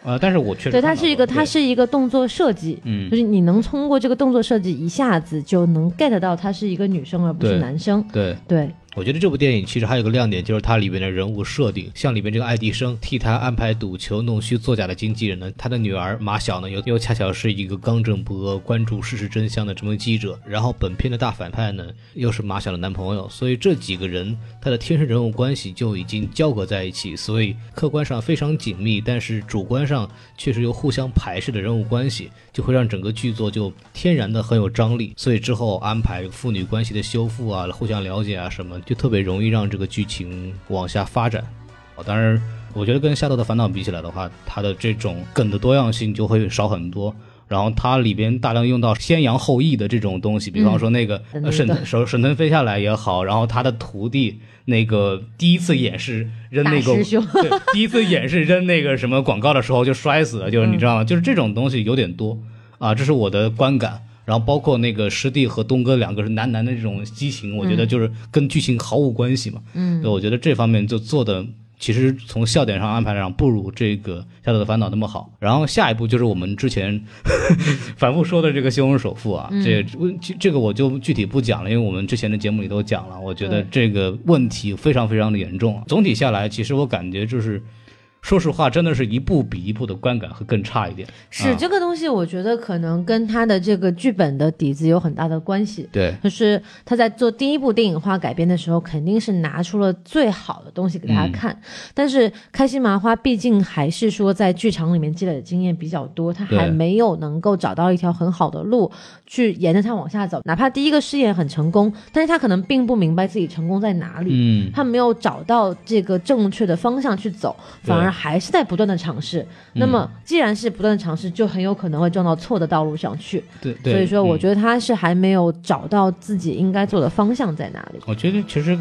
[SPEAKER 3] 呃，但是我确实
[SPEAKER 2] 对，它
[SPEAKER 3] 看到
[SPEAKER 2] 是一个
[SPEAKER 3] 过
[SPEAKER 2] 它
[SPEAKER 3] 对
[SPEAKER 2] 是一个动作设计，
[SPEAKER 3] 嗯
[SPEAKER 2] 就是你能通过这个动作设计一下子就能 get 到他是一个女生而不是
[SPEAKER 3] 对
[SPEAKER 2] 男生。
[SPEAKER 3] 对。
[SPEAKER 2] 对，
[SPEAKER 4] 我觉得这部电影其实还有个亮点，就是它里面的人物设定，像里面这个爱迪生替他安排赌球弄虚作假的经纪人呢，他的女儿马晓呢又又恰巧是一个刚正不阿、关注事实真相的这么一个记者，然后本片的大反派呢又是马晓的男朋友，所以这几个人他的天生人物关系就已经交合在一起，所以客观上非常紧密，但是主观上确实又互相排斥的人物关系，就会让整个剧作就天然的很有张力。所以之后安排父女关系的修复啊、互相了解啊什么，就特别容易让这个剧情往下发展。哦当然，我觉得跟《夏洛的烦恼》比起来的话，它的这种梗的多样性就会少很多。然后它里边大量用到先扬后抑的这种东西，比方说那个、
[SPEAKER 2] 嗯
[SPEAKER 3] 呃沈
[SPEAKER 2] 那个
[SPEAKER 3] 沈沈腾飞下来也好，然后他的徒弟那个第一次演示扔那个
[SPEAKER 2] 大师兄
[SPEAKER 3] 对，第一次演示扔那个什么广告的时候就摔死了，就是你知
[SPEAKER 2] 嗯
[SPEAKER 3] 道吗？就是这种东西有点多啊，这是我的观感。然后包括那个师弟和东哥两个是男男的这种激情，我觉
[SPEAKER 2] 嗯
[SPEAKER 3] 得就是跟剧情毫无关系嘛。 嗯，我觉得这方面就做的其实从笑点上安排上不如这个《夏洛的烦恼》那么好。然后下一步就是我们之前 反复说的这个《西虹首富》啊，这这这个我就具体不讲了，因为我们之前的节目里都讲了。我觉得这个问题非常非常的严重。啊总体下来，其实我感觉就是。说实话，真的是一步比一步的观感会更差一点。
[SPEAKER 2] 是、
[SPEAKER 3] 啊
[SPEAKER 2] 这个东西，我觉得可能跟他的这个剧本的底子有很大的关系。
[SPEAKER 3] 对，
[SPEAKER 2] 就是他在做第一部电影化改编的时候，肯定是拿出了最好的东西给大
[SPEAKER 3] 嗯
[SPEAKER 2] 家看。但是开心麻花毕竟还是说在剧场里面积累的经验比较多，他还
[SPEAKER 3] 对
[SPEAKER 2] 没有能够找到一条很好的路去沿着它往下走。哪怕第一个试验很成功，但是他可能并不明白自己成功在哪里。
[SPEAKER 3] 嗯，
[SPEAKER 2] 他没有找到这个正确的方向去走，反
[SPEAKER 3] 对嗯
[SPEAKER 2] 而还是在不断的尝试。那么，既然是不断的尝试，就很有可能会撞到错的道路上去。
[SPEAKER 3] 对对。
[SPEAKER 2] 所以说，
[SPEAKER 3] 嗯
[SPEAKER 2] 我觉得他是还没有找到自己应该做的方向在哪里。
[SPEAKER 3] 我觉得其实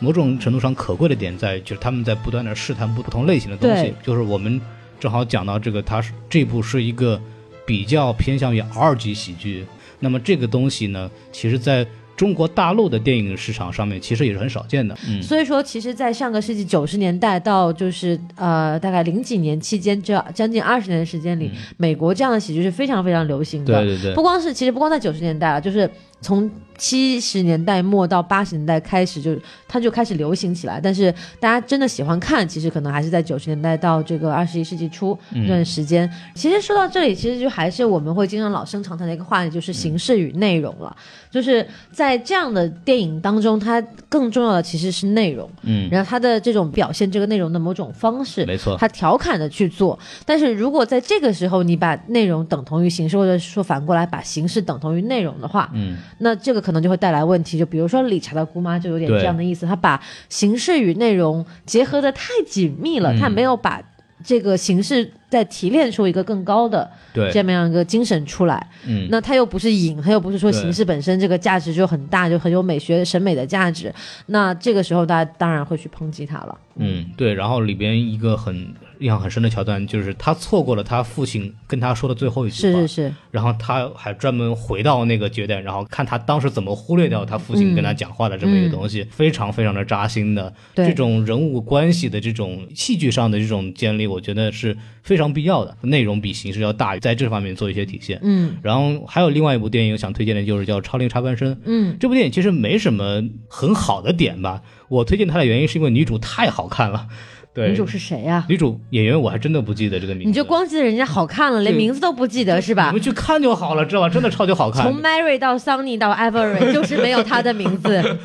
[SPEAKER 3] 某种程度上可贵的点在于，就是他们在不断的试探不同类型的东西
[SPEAKER 2] 对。
[SPEAKER 3] 就是我们正好讲到这个，它是这部是一个比较偏向于 R 级喜剧。那么这个东西呢，其实在中国大陆的电影市场上面，其实也是很少见的。嗯，
[SPEAKER 2] 所以说，其实，在上个世纪九十年代到就是呃大概零几年期间，这将近二十年的时间里，美国这样的喜剧是非常非常流行的。
[SPEAKER 3] 嗯对嗯对
[SPEAKER 2] 不光是，其实不光在九十年代了，就是从七十年代末到八十年代开始就，它就开始流行起来。但是大家真的喜欢看，其实可能还是在九十年代到这个二十一世纪初
[SPEAKER 3] 嗯
[SPEAKER 2] 这段时间。其实说到这里，其实就还是我们会经常老生常谈的一个话题，就是形式与内容了。就是在这样的电影当中，它更重要的其实是内容，
[SPEAKER 3] 嗯，
[SPEAKER 2] 然后它的这种表现这个内容的某种方式，
[SPEAKER 3] 没错。
[SPEAKER 2] 他调侃的去做。但是如果在这个时候你把内容等同于形式，或者说反过来把形式等同于内容的话，
[SPEAKER 3] 嗯，
[SPEAKER 2] 那这个可能就会带来问题。就比如说理查的姑妈就有点
[SPEAKER 3] 对
[SPEAKER 2] 这样的意思，他把形式与内容结合的太紧密
[SPEAKER 3] 嗯
[SPEAKER 2] 了，他没有把这个形式再提炼出一个更高的
[SPEAKER 3] 对，
[SPEAKER 2] 这么样一个精神出来。
[SPEAKER 3] 嗯，
[SPEAKER 2] 那它又不是影，它又不是说
[SPEAKER 3] 对
[SPEAKER 2] 形式本身这个价值就很大，就很有美学审美的价值。那这个时候大家当然会去抨击它了。
[SPEAKER 3] 嗯，对，然后里边一个很印象很深的桥段，就是他错过了他父亲跟他说的最后一句
[SPEAKER 2] 是
[SPEAKER 3] 话，
[SPEAKER 2] 是是，
[SPEAKER 3] 然后他还专门回到那个节点，然后看他当时怎么忽略掉他父亲跟他讲话的这么一个东西，非常非常的扎心的。
[SPEAKER 2] 嗯对
[SPEAKER 3] 这种人物关系的这种戏剧上的这种建立，我觉得是非常必要的，内容比形式要大于在这方面做一些体现。
[SPEAKER 2] 嗯。
[SPEAKER 3] 然后还有另外一部电影想推荐的就是叫《超龄插班生》，
[SPEAKER 2] 嗯，
[SPEAKER 3] 这部电影其实没什么很好的点吧，我推荐它的原因是因为女主太好看了，对，
[SPEAKER 2] 女主是谁呀、
[SPEAKER 3] 女主演员我还真的不记得这个名字，
[SPEAKER 2] 你就光记得人家好看了，连
[SPEAKER 3] 对
[SPEAKER 2] 名字都不记得是吧
[SPEAKER 3] 你们？去看就好了，知道吧？真的超级好看，
[SPEAKER 2] 从 Mary 到 Sunny 到 Avery，就是没有她的名字。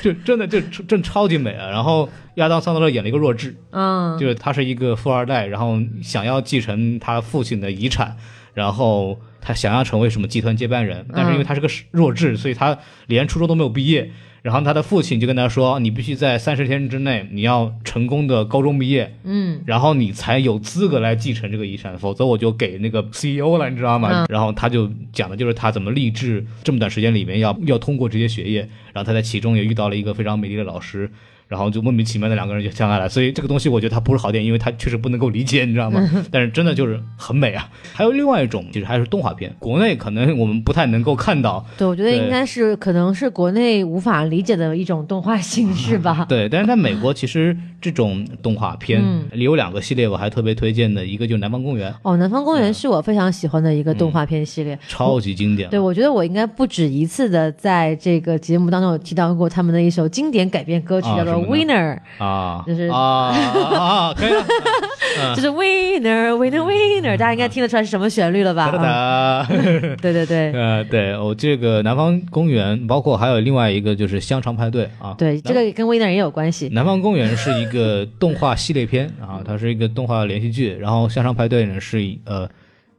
[SPEAKER 3] 就真的就真超级美啊！然后亚当·桑德勒演了一个弱智，
[SPEAKER 2] 嗯，
[SPEAKER 3] 就是他是一个富二代，然后想要继承他父亲的遗产，然后他想要成为什么集团接班人，但是因为他是个弱智，所以他连初中都没有毕业。然后他的父亲就跟他说，你必须在三十天之内你要成功的高中毕业，
[SPEAKER 2] 嗯，
[SPEAKER 3] 然后你才有资格来继承这个遗产，否则我就给那个 CEO 了，你知道吗？
[SPEAKER 2] 嗯
[SPEAKER 3] 然后他就讲的就是他怎么励志，这么短时间里面要要通过这些学业，然后他在其中也遇到了一个非常美丽的老师。然后就莫名其妙的两个人就相爱了，所以这个东西我觉得它不是好电影，因为它确实不能够理解，你知道吗？
[SPEAKER 2] 嗯
[SPEAKER 3] 但是真的就是很美啊。还有另外一种，其实还是动画片，国内可能我们不太能够看到，
[SPEAKER 2] 对，我觉得
[SPEAKER 3] 对
[SPEAKER 2] 应该是可能是国内无法理解的一种动画形式吧。
[SPEAKER 3] 对，但是在美国，其实这种动画片
[SPEAKER 2] 嗯
[SPEAKER 3] 里有两个系列我还特别推荐的，一个就是《南方公园》，
[SPEAKER 2] 哦，《南方公园》是我非常喜欢的一个动画片系列。
[SPEAKER 3] 超级经典。
[SPEAKER 2] 对，我觉得我应该不止一次的在这个节目当中有提到过他们的一首经典改编歌曲，
[SPEAKER 3] 啊
[SPEAKER 2] 叫做
[SPEAKER 3] 什
[SPEAKER 2] 《
[SPEAKER 3] 么呢
[SPEAKER 2] Winner》，
[SPEAKER 3] 啊，
[SPEAKER 2] 就是
[SPEAKER 3] 啊啊 啊，可以了，嗯
[SPEAKER 2] 就是 Winner Winner Winner，大家应该听得出来是什么旋律了吧？
[SPEAKER 3] 哒
[SPEAKER 2] 啊
[SPEAKER 3] 哒哒。
[SPEAKER 2] 对对对。
[SPEAKER 3] 呃，对我、这个南方公园，包括还有另外一个就是香肠派对啊。
[SPEAKER 2] 对，这个跟 Winner 也有关系。
[SPEAKER 3] 南方公园是一个动画系列片啊， 它是一个动画连续剧，然后香肠派对呢是一呃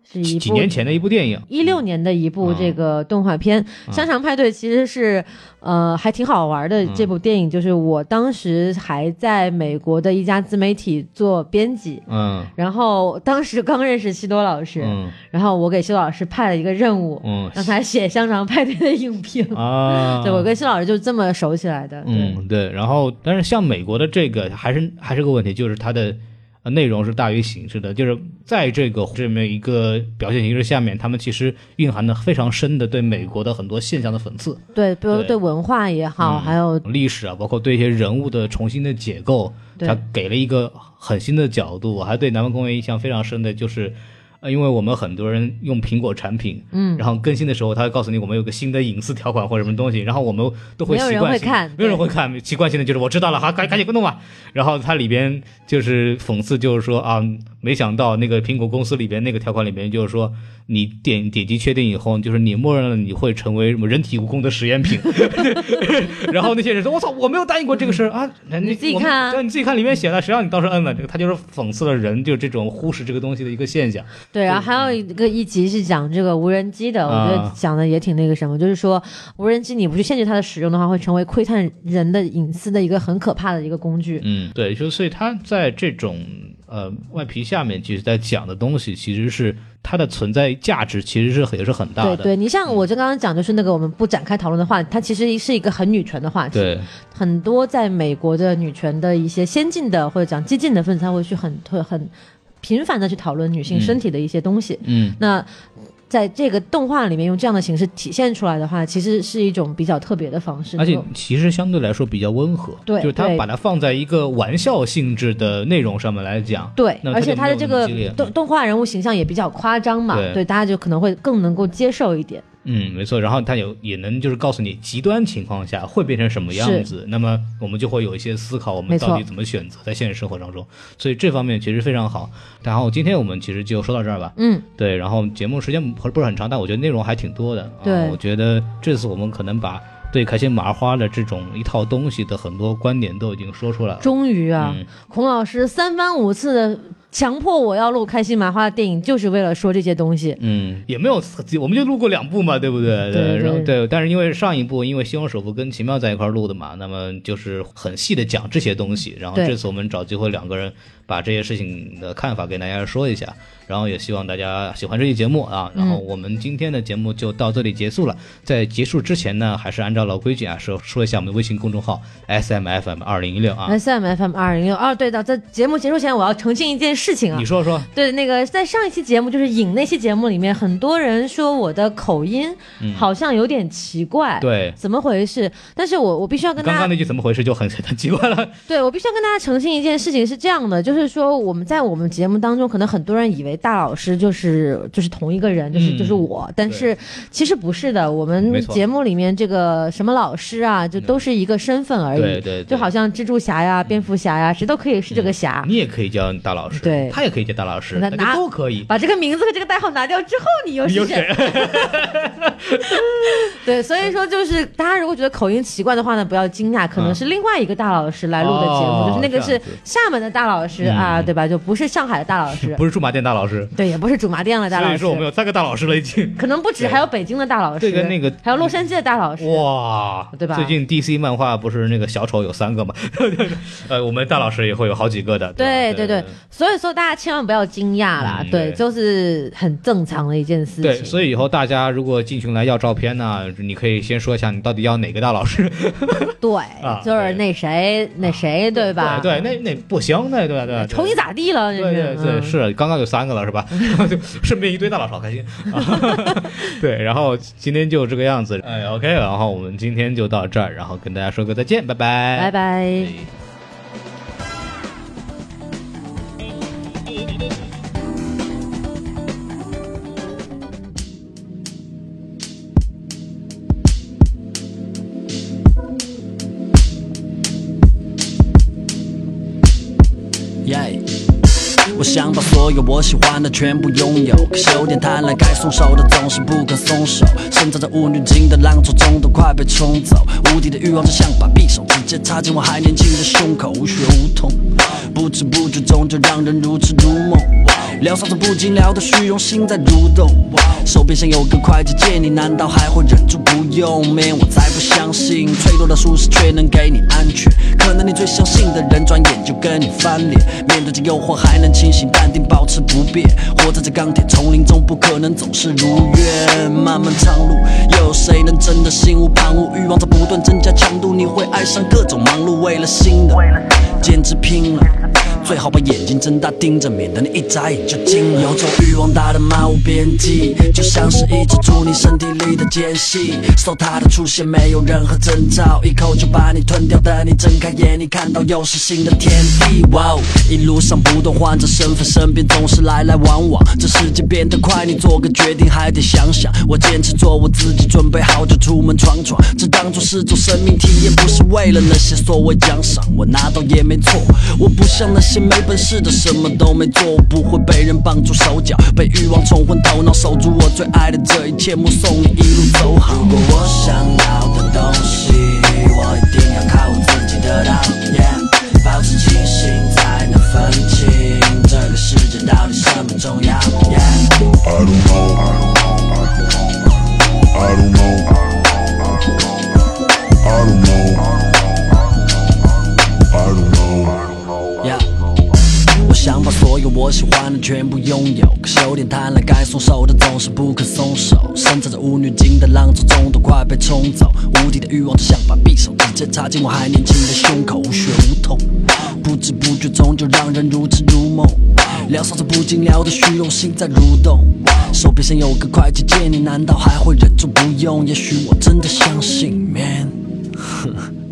[SPEAKER 2] 是一
[SPEAKER 3] 几
[SPEAKER 2] 部
[SPEAKER 3] 几年前的一嗯部电影。
[SPEAKER 2] 一六年的一部这个动画片《
[SPEAKER 3] 嗯
[SPEAKER 2] 香肠派对》，其实是呃还挺好玩
[SPEAKER 3] 嗯
[SPEAKER 2] 的。这部电影就是我当时还在美国的一家自媒体做编辑，
[SPEAKER 3] 嗯
[SPEAKER 2] 然后当时刚认识西多老师，
[SPEAKER 3] 嗯
[SPEAKER 2] 然后我给西多老师派了一个任务，
[SPEAKER 3] 嗯
[SPEAKER 2] 让他写《香肠派对》的影评。
[SPEAKER 3] 啊，
[SPEAKER 2] 对，我跟西老师就这么熟起来的。对，
[SPEAKER 3] 嗯，对。然后，但是像美国的这个还是还是个问题，就是它的、呃内容是大于形式的，就是在这个这么一个表现形式下面，他们其实蕴含的非常深的对美国的很多现象的讽刺，
[SPEAKER 2] 对，比如
[SPEAKER 3] 对嗯
[SPEAKER 2] 对文化也好，还有
[SPEAKER 3] 历史啊，包括对一些人物的重新的解构，
[SPEAKER 2] 对
[SPEAKER 3] 它给了一个很新的角度。我还对南方公园印象非常深的就是。呃，因为我们很多人用苹果产品，
[SPEAKER 2] 嗯
[SPEAKER 3] 然后更新的时候，他会告诉你我们有个新的隐私条款或者什么东西，然后我们都会
[SPEAKER 2] 没有
[SPEAKER 3] 习
[SPEAKER 2] 人
[SPEAKER 3] 惯
[SPEAKER 2] 会
[SPEAKER 3] 性
[SPEAKER 2] 看
[SPEAKER 3] 没有人
[SPEAKER 2] 对
[SPEAKER 3] 会看，习惯性的就是我知道了，好，赶赶紧给我弄吧。然后它里边就是讽刺，就是说啊，没想到那个苹果公司里边那个条款里边就是说，你点点击确定以后，就是你默认了你会成为什么人体蜈蚣的实验品。然后那些人说，我操，我没有答应过这个事儿啊，那
[SPEAKER 2] 你
[SPEAKER 3] 那
[SPEAKER 2] 自己
[SPEAKER 3] 我们
[SPEAKER 2] 看啊
[SPEAKER 3] 对，你自己看里面写了，谁让你当时摁了？这个他就是讽刺了人就这种忽视这个东西的一个现象。
[SPEAKER 2] 对，然后还有一个一集是讲这个无人机的，我觉得
[SPEAKER 3] 啊
[SPEAKER 2] 讲的也挺那个什么，就是说无人机你不去限制它的使用的话，会成为窥探人的隐私的一个很可怕的一个工具。
[SPEAKER 3] 嗯，对，就所以他在这种呃外皮下面，其实在讲的东西，其实是它的存在价值，其实是很也是很大
[SPEAKER 2] 对
[SPEAKER 3] 的。嗯
[SPEAKER 2] 对，你像我这刚刚讲，就是那个我们不展开讨论的话题，它其实是一个很女权的话题。
[SPEAKER 3] 对
[SPEAKER 2] 很多在美国的女权的一些先进的或者讲激进的分子，他会去很会很频繁的去讨论女性身体的一些东西。
[SPEAKER 3] 嗯，
[SPEAKER 2] 那在这个动画里面用这样的形式体现出来的话，其实是一种比较特别的方式。
[SPEAKER 3] 而且
[SPEAKER 2] 就
[SPEAKER 3] 其实相对来说比较温和，
[SPEAKER 2] 对
[SPEAKER 3] 就是他
[SPEAKER 2] 对
[SPEAKER 3] 把它放在一个玩笑性质的内容上面来讲，
[SPEAKER 2] 对，
[SPEAKER 3] 那么
[SPEAKER 2] 而且
[SPEAKER 3] 它
[SPEAKER 2] 他的
[SPEAKER 3] 就没
[SPEAKER 2] 这
[SPEAKER 3] 有那么
[SPEAKER 2] 个
[SPEAKER 3] 激烈嗯
[SPEAKER 2] 动动画人物形象也比较夸张嘛，
[SPEAKER 3] 对
[SPEAKER 2] 大家就可能会更能够接受一点。
[SPEAKER 3] 嗯，没错。然后他有也能就是告诉你极端情况下会变成什么样子，那么我们就会有一些思考，我
[SPEAKER 2] 没
[SPEAKER 3] 们
[SPEAKER 2] 错
[SPEAKER 3] 到底怎么选择在现实生活当中。所以这方面其实非常好。然后今天我们其实就说到这儿吧。
[SPEAKER 2] 嗯，
[SPEAKER 3] 对，然后节目时间不是不是很长，但我觉得内容还挺多的。啊
[SPEAKER 2] 对、
[SPEAKER 3] 我觉得这次我们可能把对开心麻花的这种一套东西的很多观点都已经说出来了。
[SPEAKER 2] 终于啊，
[SPEAKER 3] 嗯
[SPEAKER 2] 孔老师三番五次的强迫我要录开心麻花的电影，就是为了说这些东西。
[SPEAKER 3] 嗯，也没有，我们就录过两部嘛，对不对？
[SPEAKER 2] 对对
[SPEAKER 3] 然后对，但是因为上一部因为《西虹首富》跟奇妙在一块儿录的嘛，那么就是很细的讲这些东西。然后
[SPEAKER 2] 对
[SPEAKER 3] 这次我们找机会两个人把这些事情的看法给大家说一下，然后也希望大家喜欢这期节目啊。然后我们今天的节目就到这里结束了。在结束之前呢，还是按照老规矩啊，说说一下我们的微信公众号 S M F M 二零一六啊。
[SPEAKER 2] S M F M 二零六二，对的，在节目结束前，我要澄清一件事情啊
[SPEAKER 3] 你。说说，
[SPEAKER 2] 对，那个在上一期节目，就是影那期节目里面，很多人说我的口音好像有点奇怪，
[SPEAKER 3] 嗯对
[SPEAKER 2] 怎么回事？但是我我必须要跟大
[SPEAKER 3] 刚
[SPEAKER 2] 家
[SPEAKER 3] 刚那句怎么回事就很很奇怪了。
[SPEAKER 2] 对，我必须要跟大家澄清一件事情，是这样的，就是说我们在我们节目当中，可能很多人以为大老师就是就是同一个人，就是、
[SPEAKER 3] 嗯
[SPEAKER 2] 就是我，但是其实不是的，我
[SPEAKER 3] 没
[SPEAKER 2] 们
[SPEAKER 3] 错嗯
[SPEAKER 2] 节目里面这个什么老师啊，就都是一个身份而已，
[SPEAKER 3] 对对对
[SPEAKER 2] 就好像蜘蛛侠呀、蝙蝠侠呀，谁都可以是这个侠。
[SPEAKER 3] 你也可以叫大老师，
[SPEAKER 2] 对啊对
[SPEAKER 4] 他也可以叫大老师，
[SPEAKER 2] 那
[SPEAKER 4] 大家
[SPEAKER 2] 拿
[SPEAKER 4] 都可以。
[SPEAKER 2] 把这个名字和这个代号拿掉之后，你又
[SPEAKER 4] 你
[SPEAKER 2] 是
[SPEAKER 4] 有
[SPEAKER 2] 谁？
[SPEAKER 4] 谁？
[SPEAKER 2] 对，所以说就是大家如果觉得口音奇怪的话呢，不要惊讶，可能是另外一个大老师来录的节目，
[SPEAKER 4] 哦
[SPEAKER 2] 就是那个
[SPEAKER 4] 这
[SPEAKER 2] 是
[SPEAKER 4] 样子嗯
[SPEAKER 2] 厦门的大老师啊，对吧？就不是上海的大老 师，
[SPEAKER 4] 不是驻马店大老师，
[SPEAKER 2] 对，也不是驻马店的大
[SPEAKER 4] 所
[SPEAKER 2] 老
[SPEAKER 4] 以
[SPEAKER 2] 师
[SPEAKER 4] 说我，们有三个大老师了已 经。
[SPEAKER 2] 可能不止，还有北京的大老
[SPEAKER 4] 这
[SPEAKER 2] 师，
[SPEAKER 4] 个那个
[SPEAKER 2] 还有洛杉矶的大老师，
[SPEAKER 4] 哇，
[SPEAKER 2] 对吧
[SPEAKER 4] 最近 DC 漫画不是那个小丑有三个吗？ 呃，我们大老师也会有好几个的。
[SPEAKER 2] 对
[SPEAKER 4] 吧
[SPEAKER 2] 对对，所以说大家千万不要惊讶啦，
[SPEAKER 4] 嗯
[SPEAKER 2] 对，
[SPEAKER 4] 对
[SPEAKER 2] 就是很正常的一件事情。
[SPEAKER 4] 对，所以以后大家如果进群来要照片呢，你可以先说一下你到底要哪个大老师。
[SPEAKER 2] 对
[SPEAKER 4] 啊
[SPEAKER 2] 就是
[SPEAKER 4] 对啊
[SPEAKER 2] 那谁那谁，对吧？
[SPEAKER 4] 对，对那那不行，那对对，
[SPEAKER 2] 瞅你
[SPEAKER 4] 咋。
[SPEAKER 2] 咋地了？这
[SPEAKER 4] 对对对，
[SPEAKER 2] 嗯
[SPEAKER 4] 是刚刚有三个了是吧？ 就顺便一堆大佬，好开心。 啊对，然后今天就这个样子，哎，OK，然后我们今天就到这儿，然后跟大家说个再见，拜拜，哎
[SPEAKER 2] 拜拜。
[SPEAKER 3] 哎
[SPEAKER 5] 耶！我想把所有我喜欢的全部拥有，可是有点贪婪，该松手的总是不肯松手。生长在无宁境的浪潮中，都快被冲走。无敌的欲望就像把匕首直接插进我还年轻的胸口，无血无痛。不知不觉中就让人如痴如梦，聊骚着不禁聊得虚荣心在蠕动。手边像有根快捷键，你难道还会忍住不用？Man，我才不相信，脆弱的舒适却能给你安全。可能你最相信的人，转眼就跟你翻脸。面对着诱惑，还能清醒淡定，保持不变。活在这钢铁丛林中，不可能总是如愿。漫漫长路，又有谁能真的心无旁骛？欲望在不断增加强度，你会爱上各种忙碌，为了新的，简直拼了。最好把眼睛睁大盯着，免得你一眨眼就惊了。有种欲望大得漫无边际，就像是一直出你身体里的间隙。受它的出现没有任何征兆，一口就把你吞掉。等你睁开眼，你看到又是新的天地。哇哦，一路上不断换着身份，身边总是来来往往。这世界变得快，你做个决定还得想想。我坚持做我自己，准备好就出门闯闯。这当作是种生命体验，不是为了那些所谓奖赏，我拿到也没错。我不像那些没本事的，什么都没做，我不会被人绑住手脚，被欲望冲昏头脑，守住我最爱的这一切，目送你一路走好。如果我想要的东西，我一定要靠我自己得到。Yeah, 保持清醒才能分清这个世界到底什么重要。Yeah.
[SPEAKER 6] I don't know. I don't know. I don't know. I don't know. I don't know.
[SPEAKER 5] Yeah. 我想把所有我喜欢的全部拥有，可是有点贪婪，该松手的总是不肯松手。生长在无女境的浪潮中，都快被冲走。无敌的欲望就像把匕首直接插进我还年轻的胸口，无血无痛。不知不觉中就让人如痴如梦，聊骚着不禁聊得虚荣心在蠕动。手边上有个快捷键，你难道还会忍住不用？也许我真的相信，man。